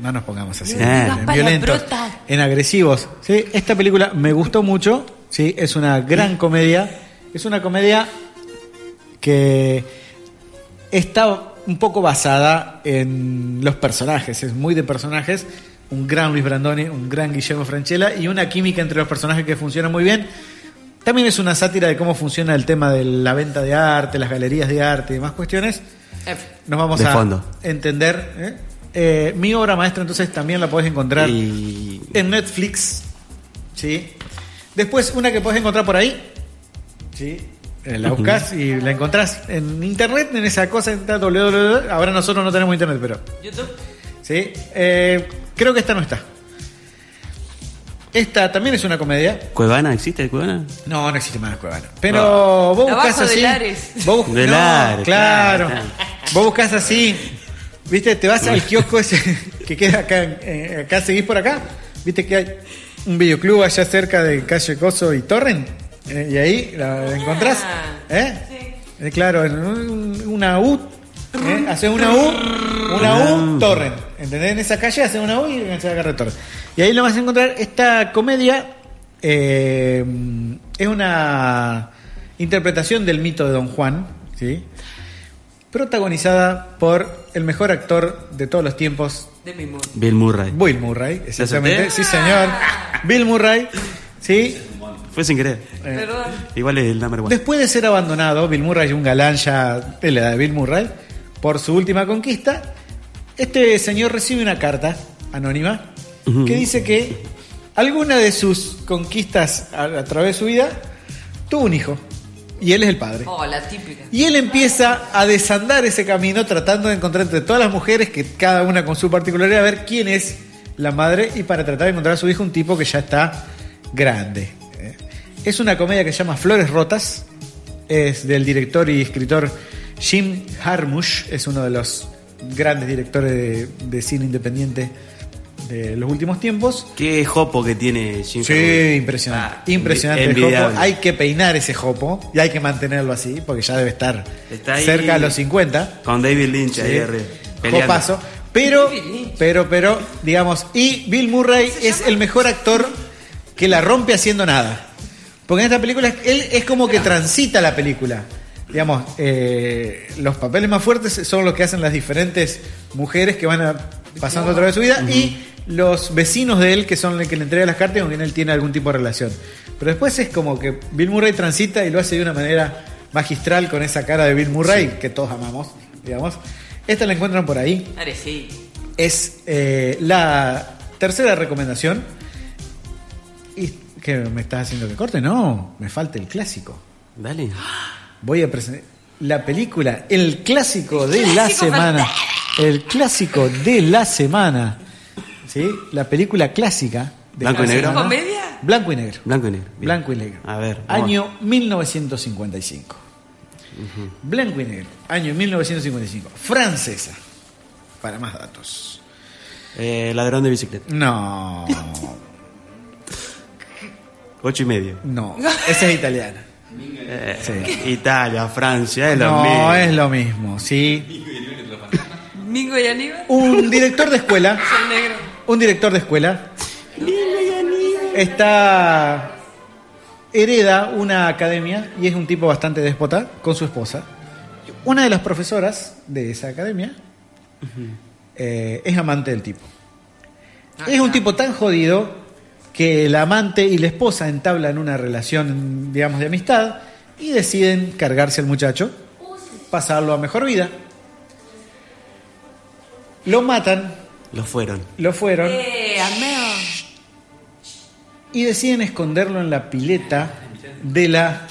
no nos pongamos así.
No digas
En violentos,
palabrotas.
en agresivos. ¿sí? Esta película me gustó mucho. ¿sí? Es una gran comedia. Es una comedia que está un poco basada en los personajes. Es muy de personajes. Un gran Luis Brandoni, un gran Guillermo Franchella y una química entre los personajes que funciona muy bien. También es una sátira de cómo funciona el tema de la venta de arte, las galerías de arte y demás cuestiones. Nos vamos
De
a
fondo.
entender. ¿eh? Eh, mi obra maestra, entonces, también la podés encontrar
Y-
en Netflix. ¿sí? Después, una que podés encontrar por ahí. ¿sí? Eh, La buscas y la encontrás en internet, en esa cosa, en www. Ahora nosotros no tenemos internet, pero.
YouTube.
¿sí? Eh, creo que esta no está. Esta también es una comedia.
¿Cuevana? ¿Existe Cuevana?
No, no existe más Cuevana. Pero vos
Abajo
buscas
de
así.
Lares.
Vos bus-
De
no,
Lares,
claro.
claro,
Vos buscas así. ¿Viste? Te vas al kiosco ese que queda acá, eh, acá seguís por acá. ¿Viste que hay un videoclub allá cerca de calle Coso y Torren? Eh, y ahí la, la encontrás. ¿Eh? Eh, claro, en un- una U. ¿eh? Haces una U, una U, Torren. ¿Entendés? En esa calle haces una U y enganchás acá a Torren. Y ahí lo vas a encontrar. Esta comedia eh, es una interpretación del mito de Don Juan, ¿sí? protagonizada por el mejor actor de todos los tiempos,
De mi mundo.
Bill Murray.
Bill Murray, exactamente.
acerté?
Sí, señor. Bill Murray, ¿sí?
Fue sin querer.
Eh.
Perdón.
Igual es el number one.
Después de ser abandonado, Bill Murray, un galán ya de la edad de Bill Murray, por su última conquista, este señor recibe una carta anónima que dice que alguna de sus conquistas a, a través de su vida tuvo un hijo. y él es el padre.
Oh, la típica.
Y él empieza a desandar ese camino tratando de encontrar entre todas las mujeres, que cada una con su particularidad, a ver quién es la madre y para tratar de encontrar a su hijo un tipo que ya está grande. Eh, Es una comedia que se llama Flores Rotas, es del director y escritor Jim Harmush, es uno de los grandes directores de, de cine independiente de los últimos tiempos.
Qué jopo que tiene Jim
Sí, impresionante. Ah, impresionante el jopo. Hay que peinar ese jopo y hay que mantenerlo así porque ya debe estar
Está ahí.
cerca de los 50.
Con David Lynch ahí
Sí.
arriba. peleando.
Jopazo. Pero, pero, pero, digamos, y Bill Murray es el mejor actor que la rompe haciendo nada. Porque en esta película él es como que transita la película. Digamos, eh, los papeles más fuertes son los que hacen las diferentes mujeres que van a- pasando a través de su vida y los vecinos de él que son los que le entregan las cartas y con quien él tiene algún tipo de relación. Pero después es como que Bill Murray transita y lo hace de una manera magistral con esa cara de Bill Murray que todos amamos, digamos. Esta la encuentran por ahí
Arejí.
es eh, la tercera recomendación. Y que me estás haciendo que corte, no, me falta el clásico.
Dale.
Voy a presentar la película, el clásico de la
clásico
semana. El clásico de la semana. ¿Sí? La película clásica de
¿Blanco
la
y negro?
semana.
¿Comedia?
Blanco y negro.
Blanco y negro. Bien.
Blanco y negro.
A ver. vamos.
Año 1955. Blanco y negro. Año 1955. Francesa. Para más datos.
Eh, ladrón de bicicleta.
No.
Ocho y medio.
No. Esa es italiana.
Eh,
Sí.
Italia, Francia, es lo
no,
mismo.
es lo mismo, sí.
Mingo y Aníbal.
Un director de escuela,
Soy negro.
un director de escuela, está hereda una academia y es un tipo bastante déspota con su esposa. Una de las profesoras de esa academia eh, es amante del tipo. es un tipo tan jodido que el amante y la esposa entablan una relación, digamos, de amistad y deciden cargarse al muchacho, pasarlo a mejor vida. Lo matan,
Lo fueron.
lo fueron
Eh, ameo.
y deciden esconderlo en la pileta de la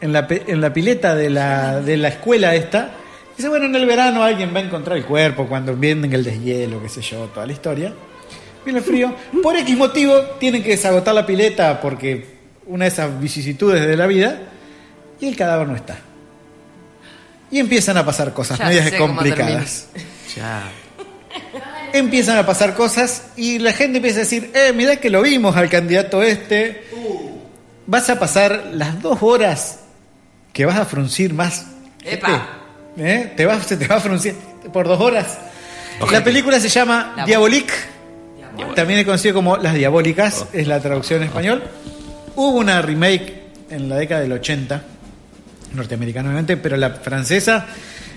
en la, pe- en la pileta de la, de la escuela esta. Dice, bueno, en el verano alguien va a encontrar el cuerpo cuando vienen el deshielo, qué sé yo, toda la historia. Viene el frío. Por X motivo tienen que desagotar la pileta porque una de esas vicisitudes de la vida y el cadáver no está. Y empiezan a pasar cosas
Ya
medias
sé cómo
complicadas.
Ya.
Empiezan a pasar cosas y la gente empieza a decir, eh, mirá que lo vimos al candidato este. Vas a pasar las dos horas que vas a fruncir más.
Epa.
¿eh? Te vas, se te va a fruncir por dos horas. La película se llama
La-
Diabolique. También es conocido como Las Diabólicas, es la traducción en español. Hubo una remake en la década del 80, norteamericana obviamente, pero la francesa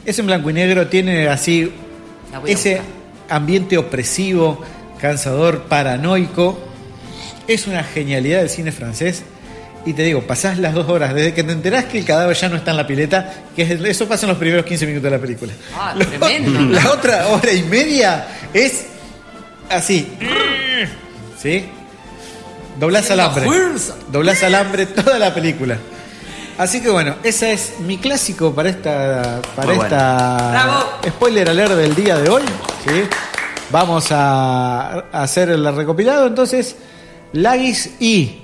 es en blanco y negro, tiene así
La voy a
ese ambiente opresivo, cansador, paranoico. Es una genialidad del cine francés. Y te digo, pasás las dos horas desde que te enterás que el cadáver ya no está en la pileta, que es- eso pasa en los primeros 15 minutos de la película.
Ah,
Lo-
tremendo.
La otra hora y media es así. ¿Sí? Doblás alambre.
Fuerza.
Doblás alambre toda la película. Así que bueno, ese es mi clásico para esta para
Muy bueno.
esta spoiler alert del día de hoy. ¿sí? Vamos a, a hacer el recopilado. Entonces, Lagis y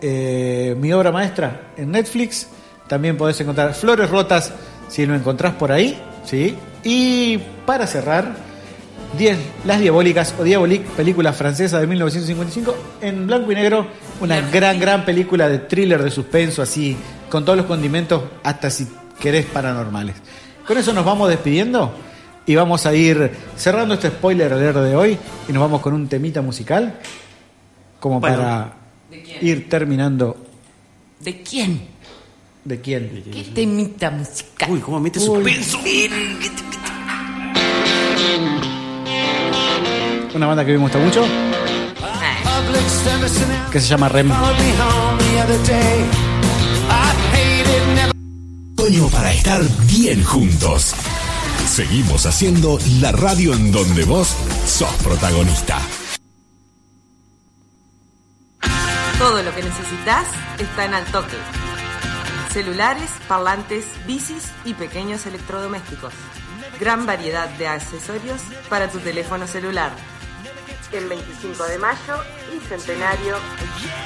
eh, mi obra maestra en Netflix. También podés encontrar Flores Rotas si lo encontrás por ahí. ¿sí? Y para cerrar, 10 Las Diabólicas o Diabolique, película francesa de 1955, en blanco y negro, una gran, gran película de thriller de suspenso, así, con todos los condimentos, hasta si querés paranormales. Con eso nos vamos despidiendo y vamos a ir cerrando este spoiler alert de hoy y nos vamos con un temita musical como
Bueno.
para
¿De quién?
ir terminando.
¿De quién?
¿De quién?
¿Qué temita musical?
Uy, cómo mete suspenso.
Una banda que me gusta mucho,
Ah.
Public service announced
que se llama Rem.
me home the other day. I hated never.
Otoño para estar bien juntos. Seguimos haciendo la radio en donde vos sos protagonista.
Todo lo que necesitas está en Al Toque. Celulares, parlantes, bicis y pequeños electrodomésticos. Gran variedad de accesorios para tu teléfono celular. El 25 de mayo y centenario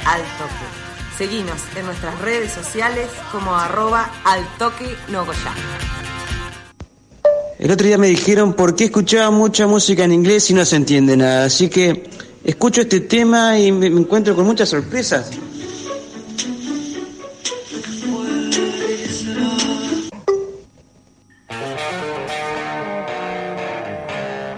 al toque. Seguinos en nuestras redes sociales como arroba al toque Nogoyá.
El otro día me dijeron por qué escuchaba mucha música en inglés y no se entiende nada. Así que escucho este tema y me me encuentro con muchas sorpresas.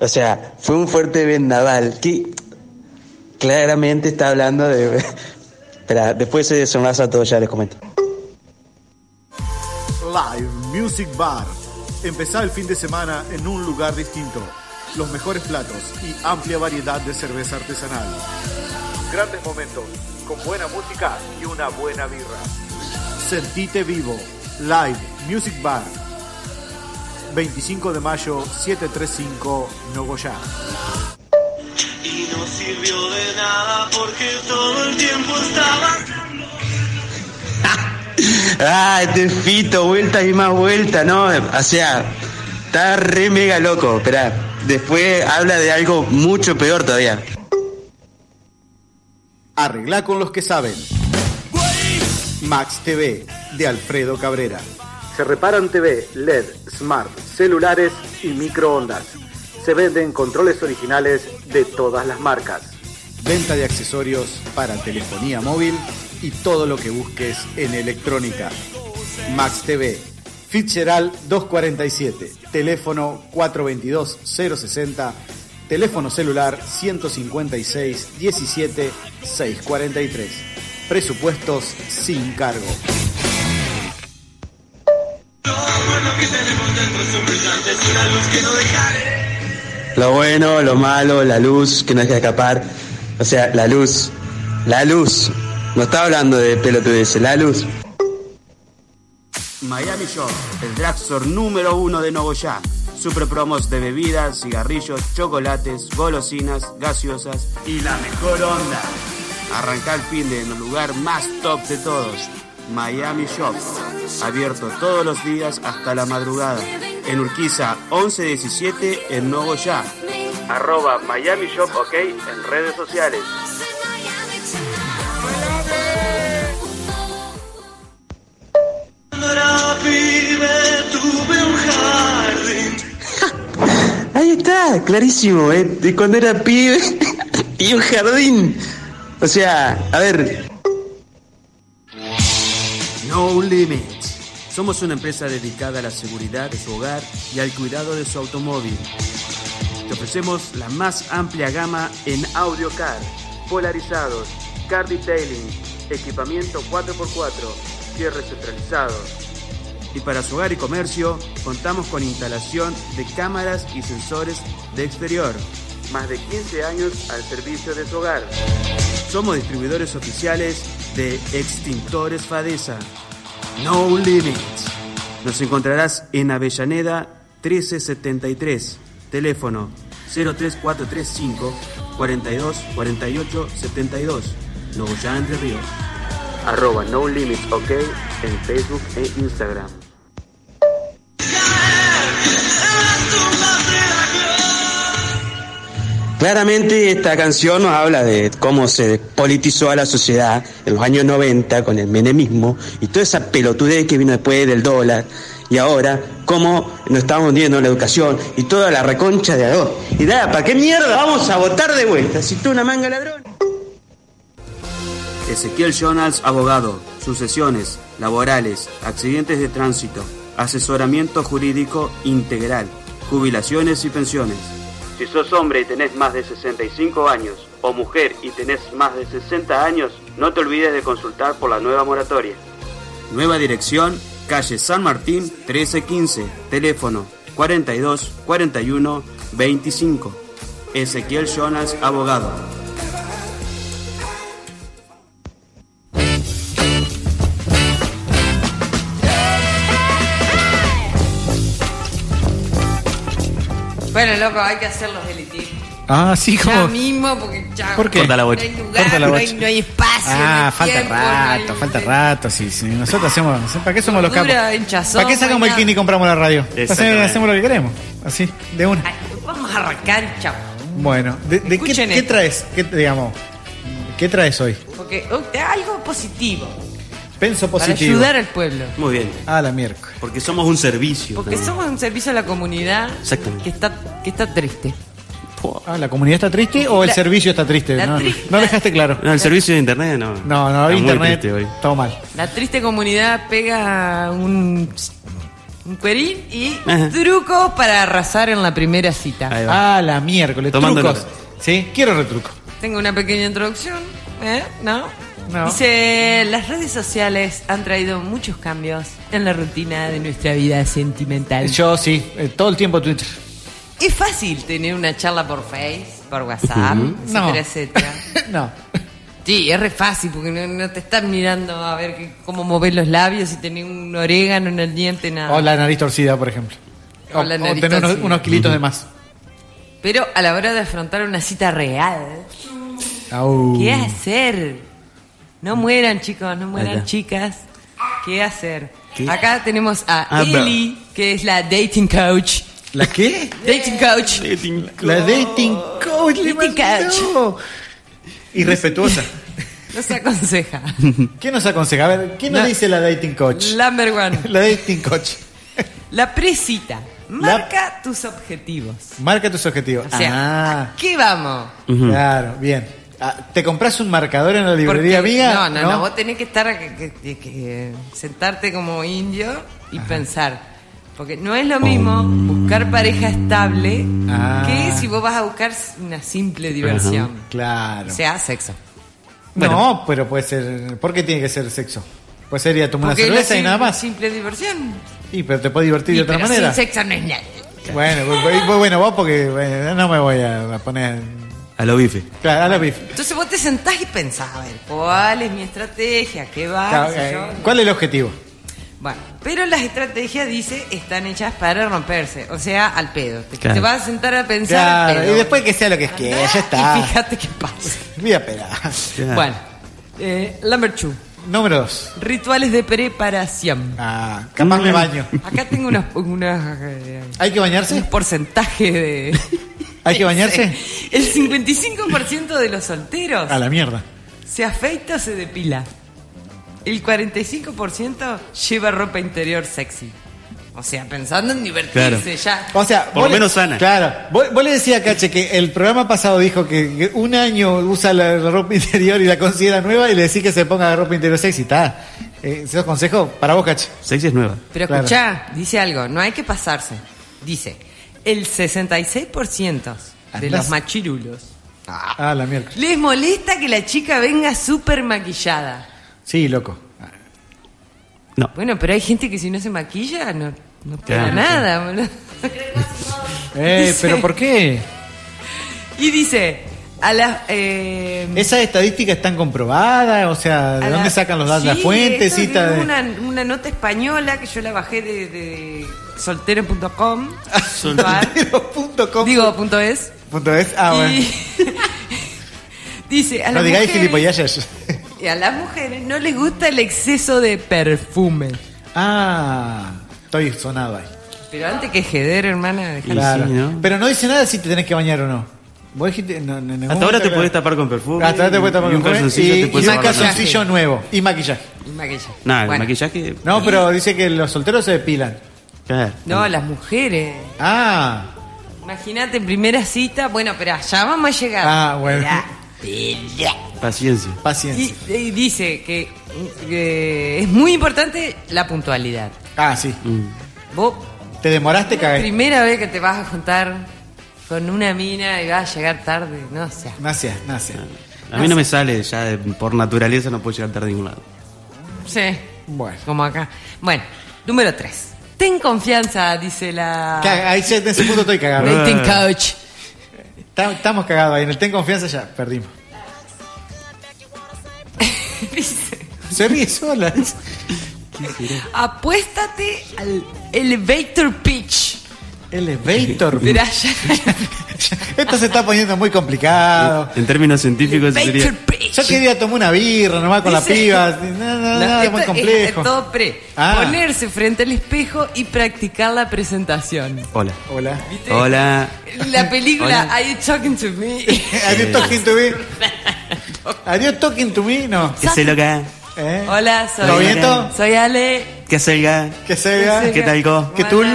O sea, fue un fuerte vendaval que claramente está hablando de... Espera, después se sonrasa a todos, ya les comento.
Live Music Bar. Empezá el fin de semana en un lugar distinto. Los mejores platos y amplia variedad de cerveza artesanal. Grandes momentos, con buena música y una buena birra. Sentite vivo. Live Music Bar. 25 de mayo, 735, Nogoyá.
Y no sirvió de nada porque todo el tiempo estaba.
Ah, este fito, vueltas y más vueltas, ¿no? O sea, está re mega loco. Espera, después habla de algo mucho peor todavía.
Arregla con los que saben. Max TV, de Alfredo Cabrera.
Se reparan TV, LED, smart, celulares y microondas. Se venden controles originales de todas las marcas.
Venta de accesorios para telefonía móvil y todo lo que busques en electrónica. Max TV. Fitzgerald 247. Teléfono 422-060. Teléfono celular 156-17-643. Presupuestos sin cargo.
Lo bueno, lo malo, la luz que no deja escapar. O sea, la luz. La luz. No está hablando de pelotudeces, la luz.
Miami Shop, el drugstore número uno de Nogoyá. Super promos de bebidas, cigarrillos, chocolates, golosinas, gaseosas y la mejor onda. Arranca el fin de en el lugar más top de todos. Miami Shop, abierto todos los días hasta la madrugada. En Urquiza 1117 en Nogoyá. Arroba Miami Shop OK en redes sociales.
Ahí está, clarísimo, ¿eh? De cuando era pibe y un jardín. O sea, a ver,
No Limits. Somos una empresa dedicada a la seguridad de su hogar y al cuidado de su automóvil. Te ofrecemos la más amplia gama en audio car, polarizados, car detailing, equipamiento 4x4, cierres centralizados. Y para su hogar y comercio, contamos con instalación de cámaras y sensores de exterior. Más de 15 años al servicio de su hogar. Somos distribuidores oficiales de Extintores Fadesa. No Limits. Nos encontrarás en Avellaneda 1373. Teléfono 03435 42 48 72. Nogoyá Entre Ríos. Arroba No Limits OK en Facebook e Instagram.
Claramente esta canción nos habla de cómo se politizó a la sociedad en los años 90 con el menemismo y toda esa pelotudez que vino después del dólar y ahora cómo nos estamos hundiendo en la educación y toda la reconcha de arroz. Y nada, ¿para qué mierda vamos a votar de vuelta si tú una manga ladrón?
Ezequiel Jonas, abogado, sucesiones, laborales, accidentes de tránsito, asesoramiento jurídico integral, jubilaciones y pensiones.
Si sos hombre y tenés más de 65 años, o mujer y tenés más de 60 años, no te olvides de consultar por la nueva moratoria.
Nueva dirección, calle San Martín 1315, teléfono 42 41 25. Ezequiel Jonas, abogado.
Bueno, loco, hay que hacer los elitismos.
Ah, sí,
Ya
como.
mismo, porque ya.
¿Por qué? Corta la bocha.
No hay lugar,
Corta la
no, hay,
bocha.
no hay espacio. no
Ah,
hay
falta
tiempo,
rato,
no hay-
falta rato, sí, sí. Nosotros hacemos. ¿Para qué somos los capos?
Gordura, hinchazón,
¿Para qué sacamos el
mañana?
kit y compramos la radio? Hacemos,
Exactamente.
hacemos lo que queremos. Así, de una.
Vamos a arrancar, chao.
Bueno, ¿de, de qué,
Escuchen
qué
esto.
traes? ¿Qué, digamos, ¿Qué traes hoy?
Porque uh, algo positivo.
Penso
Para
positivo.
ayudar al pueblo.
Muy bien.
A la miércoles.
Porque somos un servicio.
Porque
también.
somos un servicio a la comunidad
Exactamente.
que está, que está triste.
Ah, ¿la comunidad está triste o el
La-
servicio está triste?
la
No,
tri-
no dejaste claro.
No, el servicio de internet no.
No, no,
Está muy
internet.
triste hoy.
Todo mal.
La triste comunidad pega un, un cuerín y
Ajá.
trucos para arrasar en la primera cita.
Ah, la miércoles.
Tomando
Trucos. Sí, quiero retruco.
Tengo una pequeña introducción, ¿eh? ¿No? Dice, las redes sociales han traído muchos cambios en la rutina de nuestra vida sentimental.
Yo sí, eh, todo el tiempo Twitter.
Es fácil tener una charla por Face, por WhatsApp,
Ujú.
etcétera,
No.
etcétera.
no.
Sí, es re fácil porque no, no te están mirando a ver qué- cómo mover los labios y tener un orégano en el diente, nada.
O la nariz torcida, por ejemplo. O,
Ah. O la
o
nariz
tener unos,
torcida.
unos kilitos de más.
Pero a la hora de afrontar una cita real,
Au.
¿qué hacer? No mueran, chicos, no
Ahí
mueran,
está.
chicas. ¿Qué hacer?
¿Qué?
Acá tenemos a
Ah, bro.
Eli, que es la dating coach.
¿La qué?
Dating coach.
La dating coach. le
Dating
mandó. Irrespetuosa.
Nos aconseja.
¿Qué nos aconseja? A ver, ¿qué nos
La-
dice la dating coach?
Number one.
La dating coach.
La precita.
La-
Marca tus objetivos.
Marca tus objetivos.
O sea,
ah,
¿Qué vamos?
claro, bien. Ah, ¿Te compras un marcador en la librería
Porque-
amiga?
No, no, no, vos tenés que estar que- que- que sentarte como indio y pensar. Porque no es lo mismo buscar pareja estable
Oh. Ah.
que si vos vas a buscar una simple diversión.
Ajá, Claro.
O sea, sexo.
No, pero puede ser. ¿Por qué tiene que ser sexo? Pues sería tomar una
Porque
cerveza
la
y nada
simple-
más.
simple diversión.
Y pero te puede divertir
Y
de otra
pero
manera.
Sin sexo no es nada.
Bueno, bu- bu- bu- bueno, vos porque bueno, no me voy a a poner.
A lo bife.
Claro, a la bif.
Entonces vos te sentás y pensás, a ver, ¿cuál es mi estrategia? ¿Qué va?
Claro,
¿Qué sé
eh,
Ah, yo?
¿Cuál es el objetivo?
Bueno, pero las estrategias, dice, están hechas para romperse, o sea, al pedo. Te,
Claro.
te vas a sentar a pensar al
Claro,
pedo.
y después que sea lo que quiera, ya está.
Ah, Y fíjate qué pasa.
Voy a esperar.
Bueno, eh, number two.
Número dos.
Rituales de preparación.
Ah, capaz me baño.
Acá tengo unos... unos, eh,
¿Hay que bañarse?
Un porcentaje de...
¿Hay que bañarse?
El 55% de los solteros
A la mierda.
se afeita o se depila. El 45% lleva ropa interior sexy. O sea, pensando en divertirse ya.
O sea,
Por
vos
lo
le-
menos sana.
Claro. Vos, vos le decías a Cache que el programa pasado dijo que, que un año usa la ropa interior y la considera nueva y le decís que se ponga la ropa interior sexy. Está. Eh, ¿Esos consejos para vos, Cache?
Sexy es nueva.
Pero
Claro.
escuchá, dice algo, no hay que pasarse. Dice, el 66% de
Andás.
los machirulos
Ah, la mierda.
les molesta que la chica venga súper maquillada.
Sí, loco.
Bueno, pero hay gente que si no se maquilla no, no pega
Claro.
nada. boludo.
Eh,
Dice-
pero ¿por qué?
Y dice, a las... eh,
¿Esas estadísticas están comprobadas? O sea, ¿de
a
dónde
la-
sacan los datos?
Sí,
¿La fuente?
esto es
cita de-
una, una nota española que yo la bajé de, de soltero.com. Digo, punto es.
Punto es. Ah, bueno.
Y- dice, a
No
las
digáis
mujeres-
gilipollas.
Y a las mujeres no les gusta el exceso de perfume.
Ah, estoy sonado ahí.
Pero antes que jeder, hermana, dejala.
Claro. Pero no dice nada si te tenés que bañar o no. Vos dijiste, no, no, en ningún
Hasta ahora te
momento-
podés tapar con perfume.
Hasta ahora te puedes tapar
y
con
un calzoncillo
perfume.
te
Y,
puedes
y un
tapar con-
calzoncillo nuevo. Y maquillaje.
Y maquillaje.
Nah, el
Bueno.
maquillaje.
No, pero dice que los solteros se depilan.
No, las mujeres.
Ah,
Imagínate, en primera cita, bueno, pero allá vamos a llegar.
ah, bueno.
Mirá, mirá.
Paciencia.
Paciencia.
Y, y dice que, que es muy importante la puntualidad.
Ah, sí.
Mm.
Vos,
Te demoraste, cagué.
primera vez que te vas a juntar con con una mina y va a llegar tarde. No sé.
Gracias, gracias.
A mí no me sale, ya de- por naturaleza no puedo llegar tarde a ningún lado.
Sí. Bueno. Como acá. Bueno, número 3. Ten confianza, dice la.
Claro, ahí ya en ese punto estoy cagado.
Dating coach.
Ta- Estamos cagados ahí. En el ten confianza ya perdimos. Se ríe sola.
Apuéstate al elevator pitch.
Elevator.
Mirá, ya.
Esto se está poniendo muy complicado.
En términos científicos eso sería...
Yo quería tomar una birra nomás con
Dice-
la piba. No, no, no, es
esto
muy complejo.
es todo pre.
Ah.
Ponerse frente al espejo y practicar la presentación.
Hola.
Hola.
Hola.
La película
Hola.
Are You Talking to Me?
Are you talking to me? Are you talking to me? No.
¿Qué se loca?
¿Eh?
Hola, soy
¿Todo bien, todo?
Soy Ale.
¿Qué selga?
¿Qué selga?
¿Qué talgo?
¿Qué tul?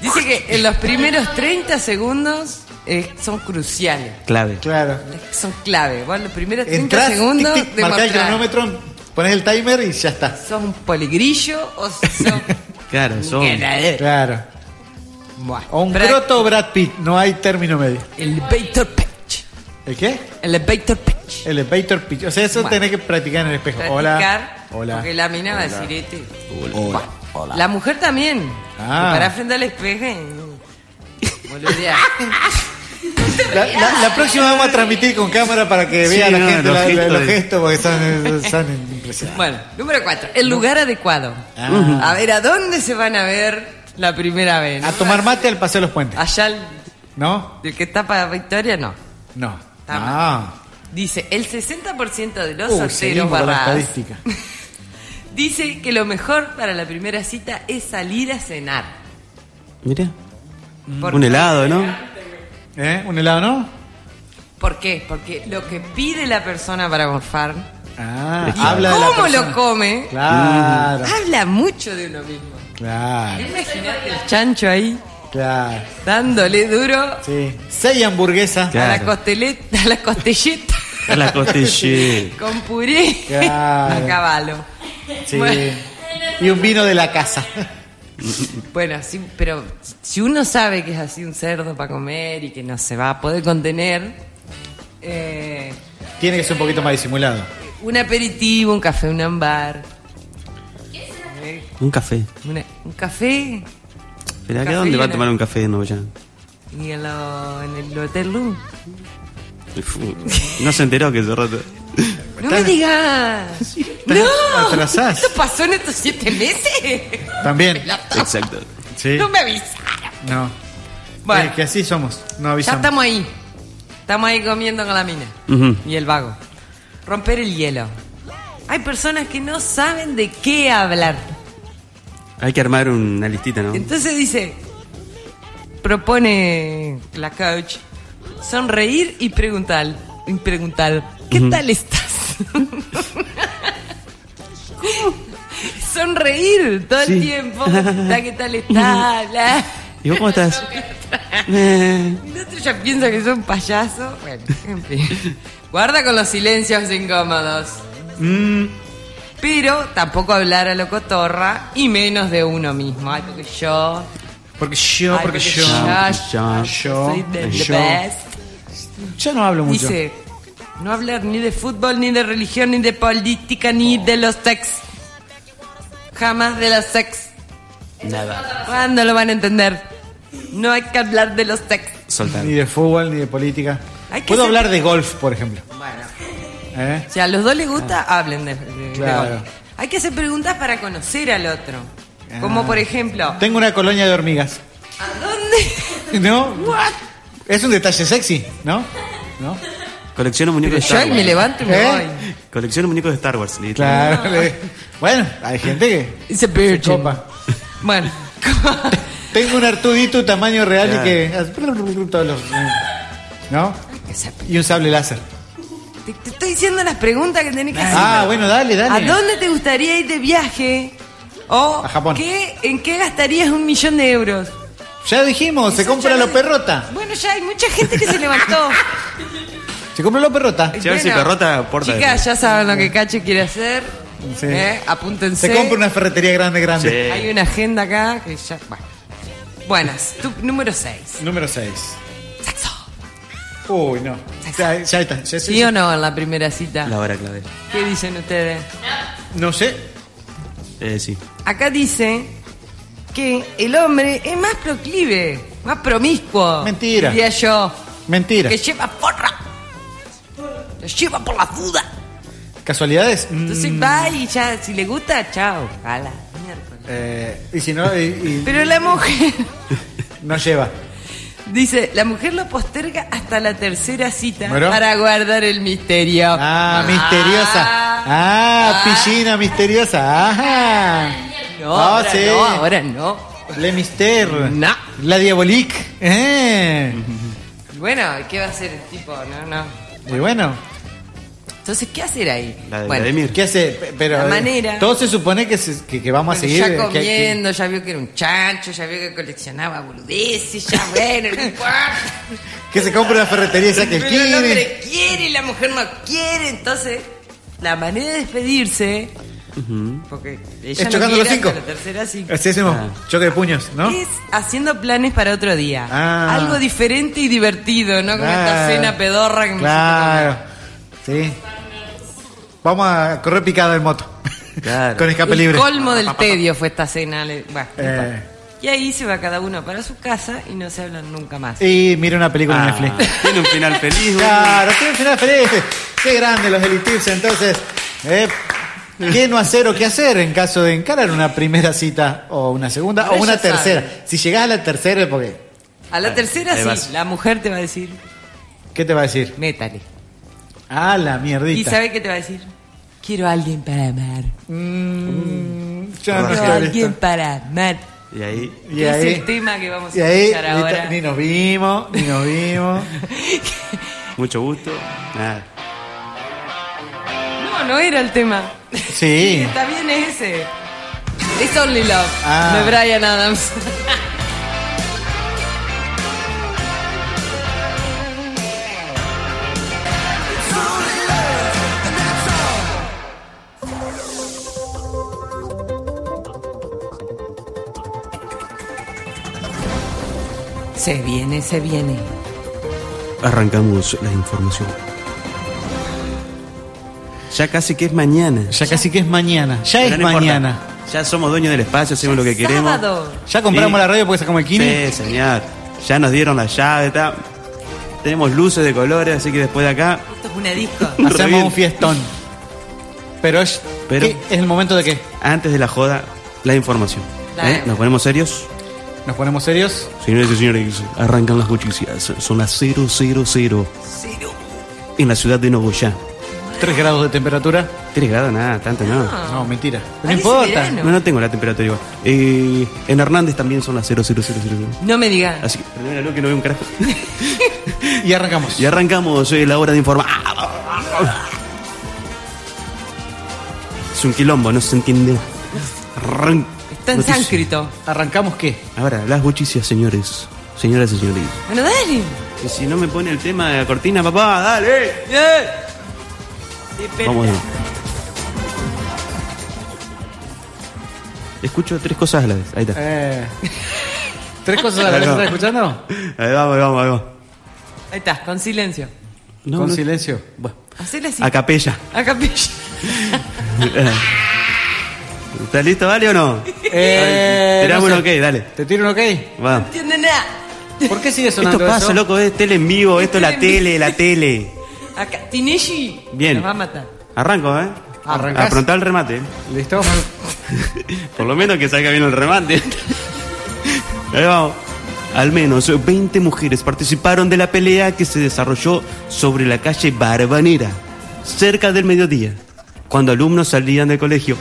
Dice que en los primeros 30 segundos eh, son cruciales.
Clave.
Claro.
Son clave. Bueno, los primeros 30
Entrás,
segundos
tic, tic, marcás el
demostrar.
cronómetro, pones el timer y ya está.
¿Sos un poligrillo o sos
Claro,
son-
Claro. O un
Brad-
croto o Brad Pitt, no hay término medio.
El Bator Pitch.
¿El qué?
El Bator Pitch.
El Bator Pitch. O sea, eso
Bueno.
tenés que practicar en el espejo. Hola.
Practicar,
Hola.
Porque la mina va a
Hola.
decir este.
Hola.
La mujer también.
Ah.
Para frente al espejo. y- Boludea.
La, la- la próxima vamos a transmitir con cámara para que
Sí,
vea la
no,
gente
los
la- la- los,
gestos de-
gestos, porque son, son impresionantes.
Bueno, número 4. El lugar adecuado.
Ah. Ah.
A ver, ¿a dónde se van a ver la primera vez?
A tomar mate al paseo de los puentes.
Allá el,
¿No?
el que está para Victoria, no.
No.
Está
Ah.
Dice, el 60% de los
Uy,
solteros
Uh, seguimos con la
barradas
estadística.
dice que lo mejor para la primera cita es salir a cenar.
Mira.
Por-
Un helado, ¿no?
¿Eh? ¿Un helado no?
¿Por qué? Porque lo que pide la persona para morfar,
Ah,
y
habla de la
cómo
persona.
lo come,
Claro.
habla mucho de uno mismo.
Claro.
Imagínate el chancho ahí
Claro.
dándole duro
Sí. Seis hamburguesas.
a la costeleta, a la costelleta
A la costilla.
con puré
Claro.
a caballo.
Sí.
Bueno.
Y un vino de la casa.
Bueno, sí, pero si uno sabe que es así un cerdo para comer y que no se va a poder contener, eh,
Tiene que ser un poquito más disimulado.
un aperitivo, un café, un ambar,
Un café.
una- un café
¿Pero acá
Café
dónde va a
llena.
tomar un café de Novoyán?
y en, lo- en el hotel room.
No se enteró que se rato.
No me digas. No.
atrasás.
¿Esto pasó en estos siete meses?
También.
Exacto.
Sí.
No me avisas.
No.
Bueno.
Es que así somos. No
Ya
avisamos.
estamos ahí. Estamos ahí comiendo con la mina.
Ujú.
Y el vago. Romper el hielo. Hay personas que no saben de qué hablar.
Hay que armar una listita, ¿no?
Entonces dice, propone la coach, sonreír y preguntar, y preguntar ¿qué
Ujú.
tal estás? sonreír todo el
Sí.
tiempo, preguntar ¿qué tal estás? Bla.
¿Y vos cómo estás? Eh,
El otro ya piensa que soy un payaso. Bueno, en fin. Guarda con los silencios incómodos.
Mm.
Pero tampoco hablar a lo cotorra y menos de uno mismo. Ay, porque yo.
Porque yo,
Ay,
porque,
porque
yo.
yo,
Yo.
soy the
yo.
best.
Yo no hablo mucho.
Dice: no hablar ni de fútbol, ni de religión, ni de política, ni de los sex. Jamás de los sex.
Nada.
¿Cuándo lo van a entender? No hay que hablar de los sex.
Soltar.
Ni de fútbol, ni de política.
Hay que
Puedo
ser-
hablar de golf, por ejemplo.
Bueno.
¿Eh?
Si a los dos les gusta, hablen de, de- de
Claro.
golf. Hay que hacer preguntas para conocer al otro. Como
Ah.
por ejemplo,
Tengo una colonia de hormigas.
¿a dónde?
¿No? Es un detalle sexy, ¿no? ¿No?
Colecciono muñecos de
Pero yo
Star
ahí
Wars.
me levanto y me
¿Eh?
Colecciono muñecos de Star Wars. listo.
Claro. le- Bueno, hay gente que.
It's a virgin.
se copa.
Bueno,
Tengo un Artudito tamaño real
Claro.
y que. Todos los. ¿No? Y un sable láser.
te, te estoy diciendo las preguntas que tenés que hacer.
Ah, bueno, dale,
¿A
dale.
dónde te gustaría ir de viaje? ¿O
A Japón.
¿qué- en qué gastarías un millón de euros?
Ya dijimos, se
Eso
compra
ya
la
lo-
perrota.
Bueno, ya hay mucha gente que se levantó.
Se compra la perrota.
Ya ves si
Bueno,
perrota aporta.
Chicas, ya saben lo que Cache quiere hacer.
Sí.
¿eh? Apúntense.
Se compra una ferretería grande, grande.
Eh.
Hay una agenda acá que ya. Bueno. Buenas, tu- número 6.
Número 6. Uy, no. Ya, ya está. ya- ya-
¿Sí o no en la primera cita?
La hora clave.
¿Qué dicen ustedes?
No sé.
Eh, sí.
Acá dice que el hombre es más proclive, más promiscuo.
Mentira.
Diría yo.
Mentira.
Que lleva porra. Lo lleva por la duda.
¿Casualidades? Mm,
Entonces va y ya, si le gusta, chao. Jala.
eh, y si no, y- y-
Pero la mujer,
no lleva.
dice, la mujer lo posterga hasta la tercera cita
Bueno.
para guardar el misterio.
Ah, misteriosa. Ah, piscina misteriosa. Ajá.
No,
Ah,
ahora no, ahora no.
Le mister. La diabolique. Eh.
Bueno, ¿qué va a hacer el tipo? No, no.
Y bueno.
Entonces, ¿qué hacer ahí? Bueno,
Vladimir. ¿Qué hace? P- Pero,
La
eh,
manera.
Todo se supone que, se- que, que vamos a
Bueno,
seguir. eh,
ya
que- que-
comiendo, ya vio que era un chancho, ya vio que coleccionaba boludeces, ya bueno, no importa.
que se compre una ferretería y saque el
Pero el
kine.
hombre quiere y la mujer no quiere, entonces la manera de despedirse porque ella
Es
no
chocando los
quiere
cinco.
hasta la tercera cinco.
Así hacemos.
Ah.
Choque de puños, ¿no?
es haciendo planes para otro día.
Ah.
Algo diferente y divertido, no como esta
Claro.
cena pedorra que me
Ah, Claro. Sí. Vamos a correr picada en moto. Con escape
El
libre.
colmo del tedio fue esta cena. le- bueno, no
Eh,
importa. Y ahí se va cada uno para su casa y no se hablan nunca más.
y mira una película en
Ah.
Netflix.
Ah. Tiene un final feliz.
Claro, tiene un final feliz. Qué grande los delictivos. Entonces, eh, ¿qué no hacer o qué hacer en caso de encarar una primera cita o una segunda
Ahora
o una
ya saben.
tercera? Si llegás a la tercera, es porque,
A la tercera
ahí
sí,
vas.
la mujer te va a decir.
¿qué te va a decir?
Métale.
Ah, la mierdita.
¿Y sabe qué te va a decir? Quiero a alguien para amar.
ya no
Quiero
estoy
a alguien
listo.
para amar.
Y ahí.
Y
Que es
ahí-
el tema que vamos a
y ahí,
escuchar
ni ta-
ahora.
Ni nos vimos, ni nos vimos.
Mucho gusto. Nada.
No, no era el tema.
Sí.
Está bien es ese. It's Only Love
Ah.
de Brian Adams. Se viene, se viene.
Arrancamos la información. Ya casi que es mañana.
Ya casi que es mañana. Ya es mañana.
Ya somos dueños del espacio, hacemos lo que queremos.
Sábado.
Ya compramos
Sí.
la radio porque sacamos el kini.
Sí, señor. Ya nos dieron la llave, está. Tenemos luces de colores, así que después de acá.
Esto es una disco.
Hacemos un fiestón. Pero es,
Pero-
¿qué- es el momento de qué?
Antes de la joda, la información.
Dale.
¿Eh? ¿Nos ponemos serios?
¿Nos ponemos serios?
Señores y señores, arrancan las noticias. Son las 000. En la ciudad de Nogoyá.
3 grados de temperatura.
3 grados, nada, tanto no.
Ah,
No, mentira. No
Parece
importa.
verano.
No, no tengo la temperatura igual. Eh, en Hernández también son las 0000.
No me digan.
Así que perdón, algo que no veo un carajo.
y arrancamos.
Y arrancamos eh, la hora de informar. Es un quilombo, no se entiende. Arran-
Está en
Noticias.
sánscrito.
¿Arrancamos qué?
Ahora, las bochicias, señores. Señoras y señores.
Bueno, dale.
Y si no me pone el tema de la cortina, papá, dale.
Espera.
Vamos. de nuevo. Escucho tres cosas a la vez. Ahí está.
Eh, ¿Tres cosas a la vez estás escuchando?
Ahí vamos, ahí vamos, ahí vamos.
Ahí está, con silencio.
No,
Con
no.
silencio.
Hacele así.
A capella.
A capilla.
¿Estás listo, vale o no?
Eh,
Tiramos
no
un
sé.
ok, dale.
¿Te tiro un ok?
Vamos.
entiende nada.
¿Por qué sigue sonando
Esto pasa,
eso?
loco, es tele en vivo, esto es la
Tele en
tele, la tele.
Acá, Tineshi.
Bien.
Nos va a matar.
Arranco, ¿eh?
Arrancás.
Afrontá el remate.
¿Listo?
Por lo menos que salga bien el remate. Ahí vamos. Al menos 20 mujeres participaron de la pelea que se desarrolló sobre la calle Barbanera, cerca del mediodía, cuando alumnos salían del colegio.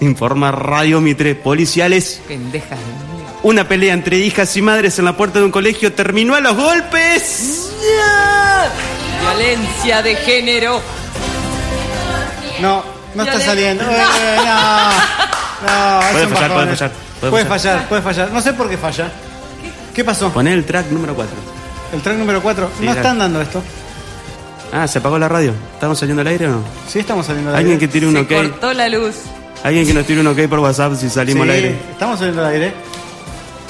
Informa Radio Mitre, policiales.
Pendejas.
Una pelea entre hijas y madres en la puerta de un colegio terminó a los golpes.
Violencia de género.
No, no está
Violencia.
saliendo. Eh, no. No, es
Puede
un
fallar,
bajón. eh.
puede fallar, puede
Puede
fallar.
fallar, puede fallar. No sé por qué falla. ¿Qué pasó?
Poné el track número 4.
El track número 4.
Sí,
no
dale.
están dando esto.
Ah, se apagó la radio. ¿Estamos saliendo al aire o no?
Sí, estamos saliendo al
Alguien
aire.
que tire un
Se
ok.
cortó la luz.
Alguien que nos tire un ok por WhatsApp si salimos
Sí,
al aire.
Estamos saliendo al aire.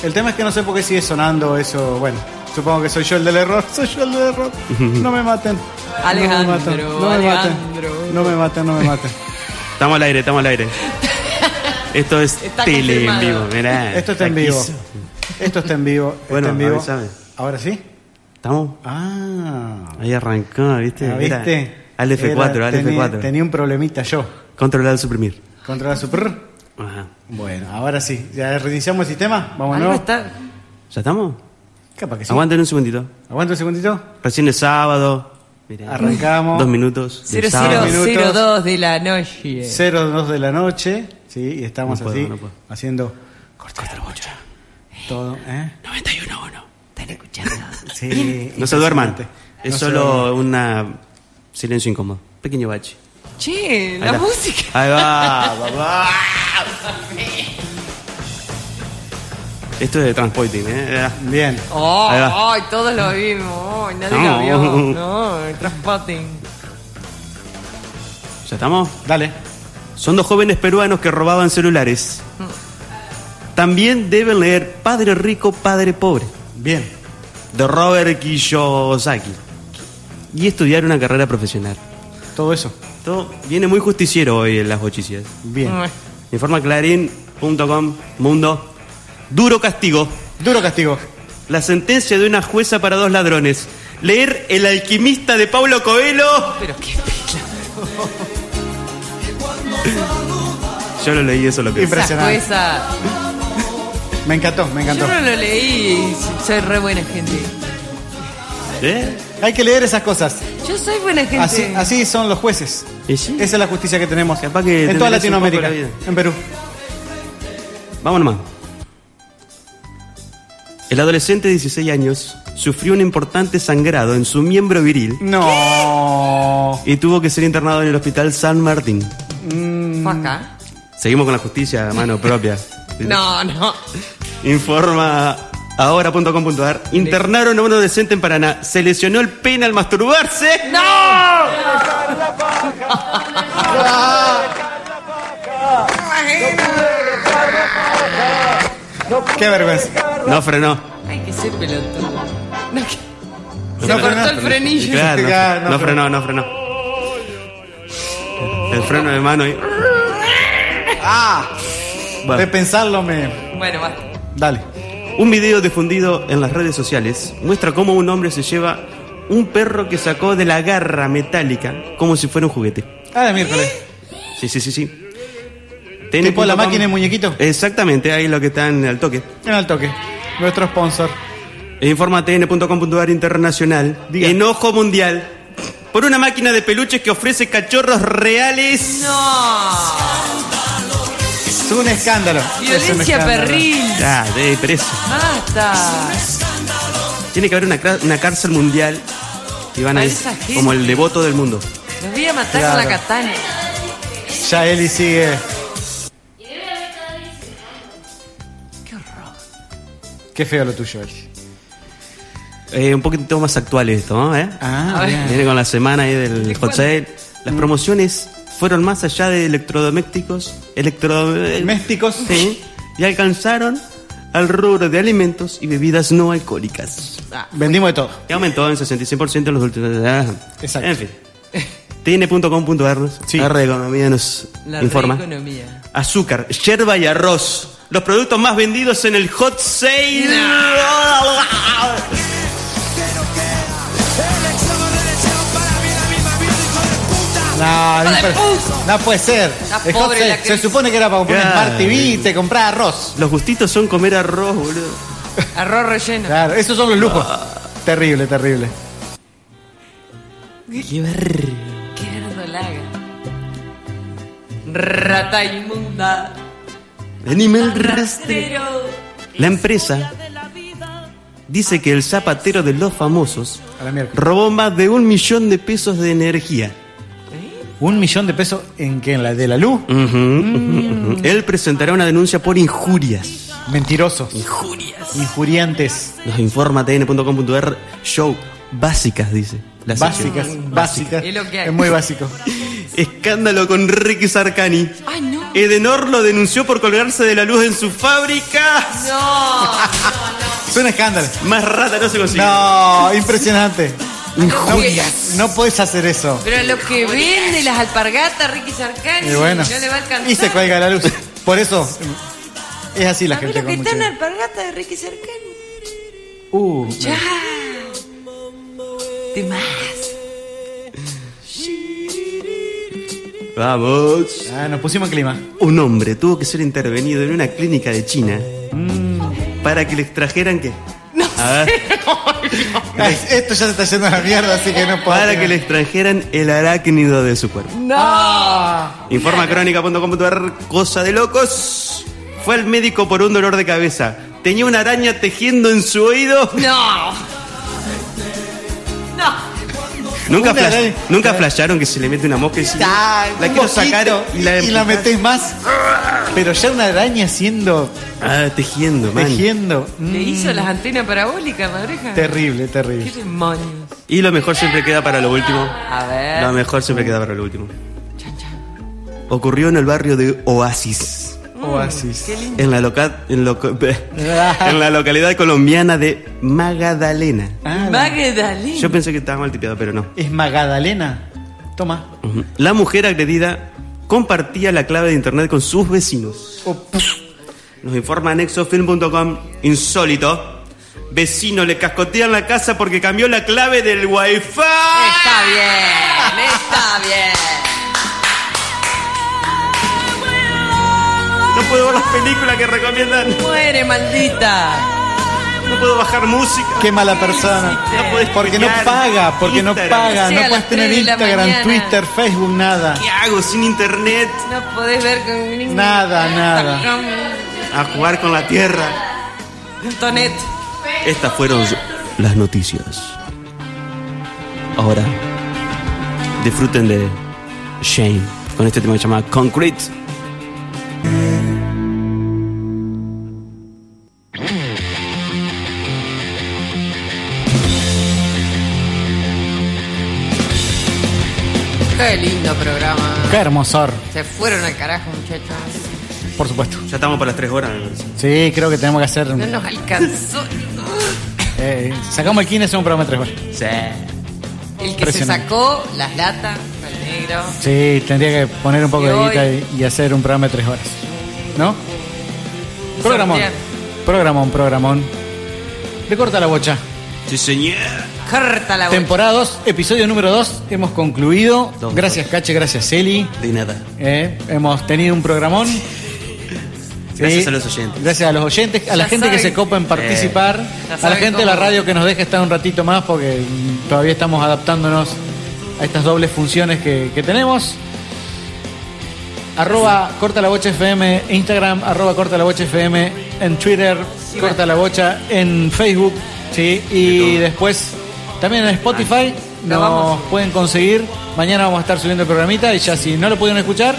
El tema es que no sé por qué sigue sonando eso. Bueno, Supongo que soy yo el del error. Soy yo el del error. No me maten.
Alejandro,
No me maten. No me maten, no me maten. No me maten.
Estamos al aire, estamos al aire. Esto es
Está
tele en
confirmado.
vivo, mirá.
Esto está en
Aquí
vivo.
so-
Esto está en vivo. está
Bueno,
en vivo.
avísame.
Ahora sí.
¿Estamos?
Ah.
Ahí arrancó, ¿viste?
Ah,
Era-
¿Viste?
Al F4,
Era-
al
tenía-
F4.
Tenía un problemita yo.
Controlar, suprimir.
Controlar su prr.
Ajá.
Bueno, ahora sí. ¿Ya reiniciamos el sistema?
Algo
Vámonos.
está- ¿Ya estamos?
Capaz que sí.
Aguanten un segundito.
Aguanta un segundito.
Recién es sábado. Mirá.
Arrancamos.
Dos minutos. de sábado.
0002 de la noche.
02 de la noche. Sí, y estamos
Eh. No puedo,
así
no puedo.
haciendo todo, ¿eh?
91.1. Están escuchando.
Sí.
Eh, No se duerman. Es
No se
solo una silencio incómodo. Pequeño bache.
Che,
Ahí
la
va.
música.
Ahí va, papá. Esto es de Transpointing, ¿eh?
Bien.
Oh,
Ahí va.
ay, todos lo vimos. Oh, nadie
No.
lo vio. No, el transpotting.
¿Ya estamos?
Dale.
Son dos jóvenes peruanos que robaban celulares. También deben leer Padre Rico, Padre Pobre.
Bien.
De Robert Kiyosaki. Y estudiar una carrera profesional.
Todo eso.
Todo viene muy justiciero hoy en las bochicias.
Bien.
Informa clarín.com, mundo. Duro castigo.
Duro castigo.
La sentencia de una jueza para dos ladrones. Leer El alquimista de Paulo Coelho.
Pero qué
Yo lo leí, eso lo que
Impresionante.
Esa jueza.
Me encantó, me encantó.
Yo no lo leí. Soy re buena gente.
¿Eh?
Hay que leer esas cosas.
Yo soy buena gente.
Así, así son los jueces. Esa es la justicia que tenemos. en toda
tendrías un poco
Latinoamérica.
la vida.
en Perú.
Vamos nomás. El adolescente de 16 años sufrió un importante sangrado en su miembro viril.
No.
Y tuvo que ser internado en el hospital San Martín.
Fue acá.
Seguimos con la justicia a mano propia.
No, no.
Informa ahora.com.ar. Internaron a un adolescente en Paraná. Se lesionó el pene al masturbarse.
¡No!
Qué vergüenza.
No frenó.
Hay que ser pelotudo. No, que- Se
No
cortó
frenó.
el frenillo.
Claro, no,
"Ah,
Claro,
fre-
no
no frenó, no frenó. El freno de mano. ahí.
Ah.
Bueno.
Repensarlo me.
Bueno, basta.
Dale.
Un video difundido en las redes sociales muestra cómo un hombre se lleva un perro que sacó de la garra metálica como si fuera un juguete.
Ah, de miércoles.
Sí, sí, sí, sí.
Tipo la
Tene.com.
máquina de muñequito.
Exactamente, ahí lo que están al toque.
En el toque. Nuestro sponsor.
Informa tn.com.ar internacional. Enojo mundial por una máquina de peluches que ofrece cachorros reales.
Es un escándalo.
Violencia
Es un escándalo.
perril.
Ah, de preso.
Basta.
Tiene que haber una, cra- una cárcel mundial y van a
Para
ir
esa gente.
como el devoto del mundo.
Los voy a matar
Claro.
con la katana.
Ya Eli sigue. Qué feo lo tuyo, Eli.
Eh, un poquito más actual esto, ¿no? ¿Eh?
Ah, A ver. bien.
Viene con la semana ahí del hot sale. Las promociones fueron más allá de electrodomésticos. Electrodomésticos. Sí. Y alcanzaron al rubro de alimentos y bebidas no alcohólicas.
ah.
Vendimos de todo.
Que aumentó en 66% en los últimos. ah.
Exacto.
En fin. tn.com.ar nos- R de Economía nos
La
informa.
economía.
Azúcar, yerba y arroz. Los productos más vendidos en el hot sale.
No, no, puede- no puede ser.
Está
Es
pobre
Hot
la
Sale.
que
se
dice.
supone que era para comprar
Claro.
Smart TV, te comprar arroz.
Los gustitos son comer arroz, boludo.
Arroz relleno.
Claro, esos son los lujos.
Ah.
Terrible, terrible.
Qué verdolaga. Rata inmunda.
Animal
Rastrero.
La empresa dice que el zapatero de los famosos
A la miércoles.
robó más de un millón de pesos de energía.
¿Un millón de pesos en qué? ¿En la de la luz?
Ujú, ujú, ujú. Él presentará una denuncia por injurias.
Mentirosos.
Injurias.
Injuriantes.
Nos informa tn.com.ar show básicas, dice. la sección.
Básicas, básicas.
Es lo que hay.
Es muy básico.
Escándalo con Ricky Sarcani.
Ay, no.
Edenor lo denunció por colgarse de la luz en su fábrica.
No, no, no.
Es un escándalo.
Más rata no se consigue.
No, impresionante. No, no puedes hacer eso.
Pero lo que vende las alpargatas, Ricky Sarkani,
Y bueno.
no le va a alcanzar.
Y se cuelga la luz. Por eso es así la gente
Lo Ah, que
con
está en
mucho.
la alpargata de Ricky Sarkani.
Uh,
Ya. Te más.
Vamos.
Ah, nos pusimos clima.
Un hombre tuvo que ser intervenido en una clínica de China para que le extrajeran que. A ver.
Ay, esto ya se está yendo a la mierda, así que no puedo.
Para que le extrajeran el arácnido de su cuerpo.
¡No!
Informa crónica.com.ar, cosa de locos. Fue al médico por un dolor de cabeza. Tenía una araña tejiendo en su oído.
¡No!
Nunca,
Una
flash-
araña.
nunca flasharon que se le mete una mosca y se-
Ah,
la
un
quiero
poquito,
sacar
y la,
empujas.
metés más. Pero ya una araña siendo
Ah, tejiendo, man.
tejiendo.
Le
Mm,
hizo las antenas parabólicas, madreja.
Terrible, terrible.
¡Qué demonios!
Y lo mejor siempre queda para lo último.
A ver.
Lo mejor siempre queda para lo último. Ocurrió en el barrio de Oasis.
Oasis.
Qué lindo.
En la, loca- en loco- en la localidad colombiana de Magadalena.
Magdalena.
Yo pensé que estaba mal tipeado, pero no.
Ah, Es Magadalena. Toma.
Ujú. La mujer agredida compartía la clave de internet con sus vecinos.
Oh,
Nos informa anexofilm.com, insólito. Vecino le cascotean la casa porque cambió la clave del wifi.
Está bien, está bien.
No puedo ver las películas que recomiendan.
Muere, maldita.
No puedo bajar música.
Qué mala persona.
No podés
Porque no
clicar.
paga, porque no
Instagram.
paga.
Sí, a
No
las
puedes tener
3 de la
Instagram,
mañana.
Twitter, Facebook, nada.
¿Qué hago sin internet?
No podés ver con ningún...
Nada, nada.
A jugar con la tierra.
Tonet.
Estas fueron las noticias. Ahora, disfruten de Shane con este tema llamado Concrete.
Qué lindo programa.
Qué hermosor,
Se fueron al carajo, muchachos.
por supuesto.
Ya estamos para las tres horas. me parece.
Sí, creo que tenemos que hacer.
No nos alcanzó.
eh, sacamos el Guinness en un programa de tres horas.
Sí.
El que se
Impresionante.
sacó las latas, el negro.
Sí, tendría que poner un poco
Y
de
hoy-
guita y, y hacer un programa de tres horas. ¿No?
Y
Programón.
sortear.
Programón, programón. Le corta la bocha.
Sí, señor.
Corta la boca.
Temporada 2, episodio número 2. Hemos concluido.
Ah, Dos.
Gracias, Cache. Gracias, Eli.
De nada.
Eh, hemos tenido un programón.
Gracias
Sí.
a los oyentes. Eh,
Gracias a los oyentes, a la
Ya
gente que
saben.
se copa en participar,
Ya
a la
saben
gente de la
cómo.
radio que nos deja estar un ratito más porque mm, todavía estamos adaptándonos a estas dobles funciones que, que tenemos. Arroba Corta la Bocha FM en Instagram, arroba Corta la Bocha FM en Twitter, Corta la Bocha en Facebook, ¿sí? y después también en Spotify
Lo
nos
Ah, vamos.
pueden conseguir. Mañana vamos a estar subiendo el programita y ya si no lo pudieron escuchar,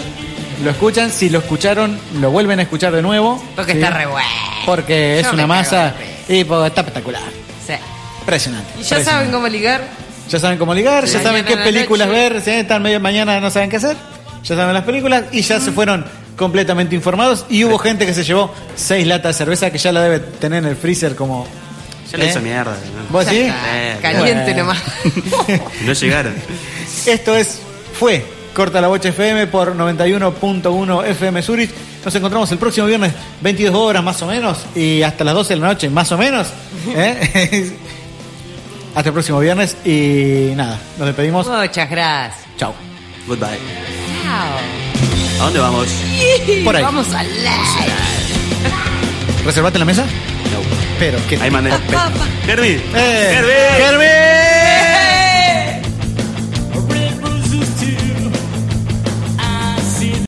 lo escuchan. Si lo escucharon, lo vuelven a escuchar de nuevo.
Porque
¿sí?
está re bueno.
Porque es
Yo me
una
cago
masa
de risa.
y porque está espectacular.
Sí.
Impresionante.
Y ya
impresionante.
saben cómo ligar.
Ya saben cómo ligar, ya
Mañana
saben qué
a la
películas
noche.
ver, si están medio mañana no saben qué hacer, ya saben las películas y ya
Mm.
se fueron completamente informados y hubo gente que se llevó seis latas de cerveza que ya la debe tener en el freezer como...
Ya le
¿Eh?
hizo mierda. ¿no?
¿Vos sí?
Eh,
Caliente
Bueno.
nomás.
No llegaron.
Esto es, fue Corta la Bocha FM por 91.1 FM Zurich. Nos encontramos el próximo viernes, 22 horas más o menos, y hasta las 12 de la noche, más o menos. ¿eh? hasta el próximo viernes y nada, nos despedimos.
Muchas gracias.
Chao.
Goodbye.
Chao.
¿A dónde vamos?
Por ahí.
Vamos a live.
¿Reservate la mesa?
No.
Pero, ¿qué?
Ahí mandé.
Papá.
Herbie.
¡Eh!
Herbie.
¡Germín!
¡Eh!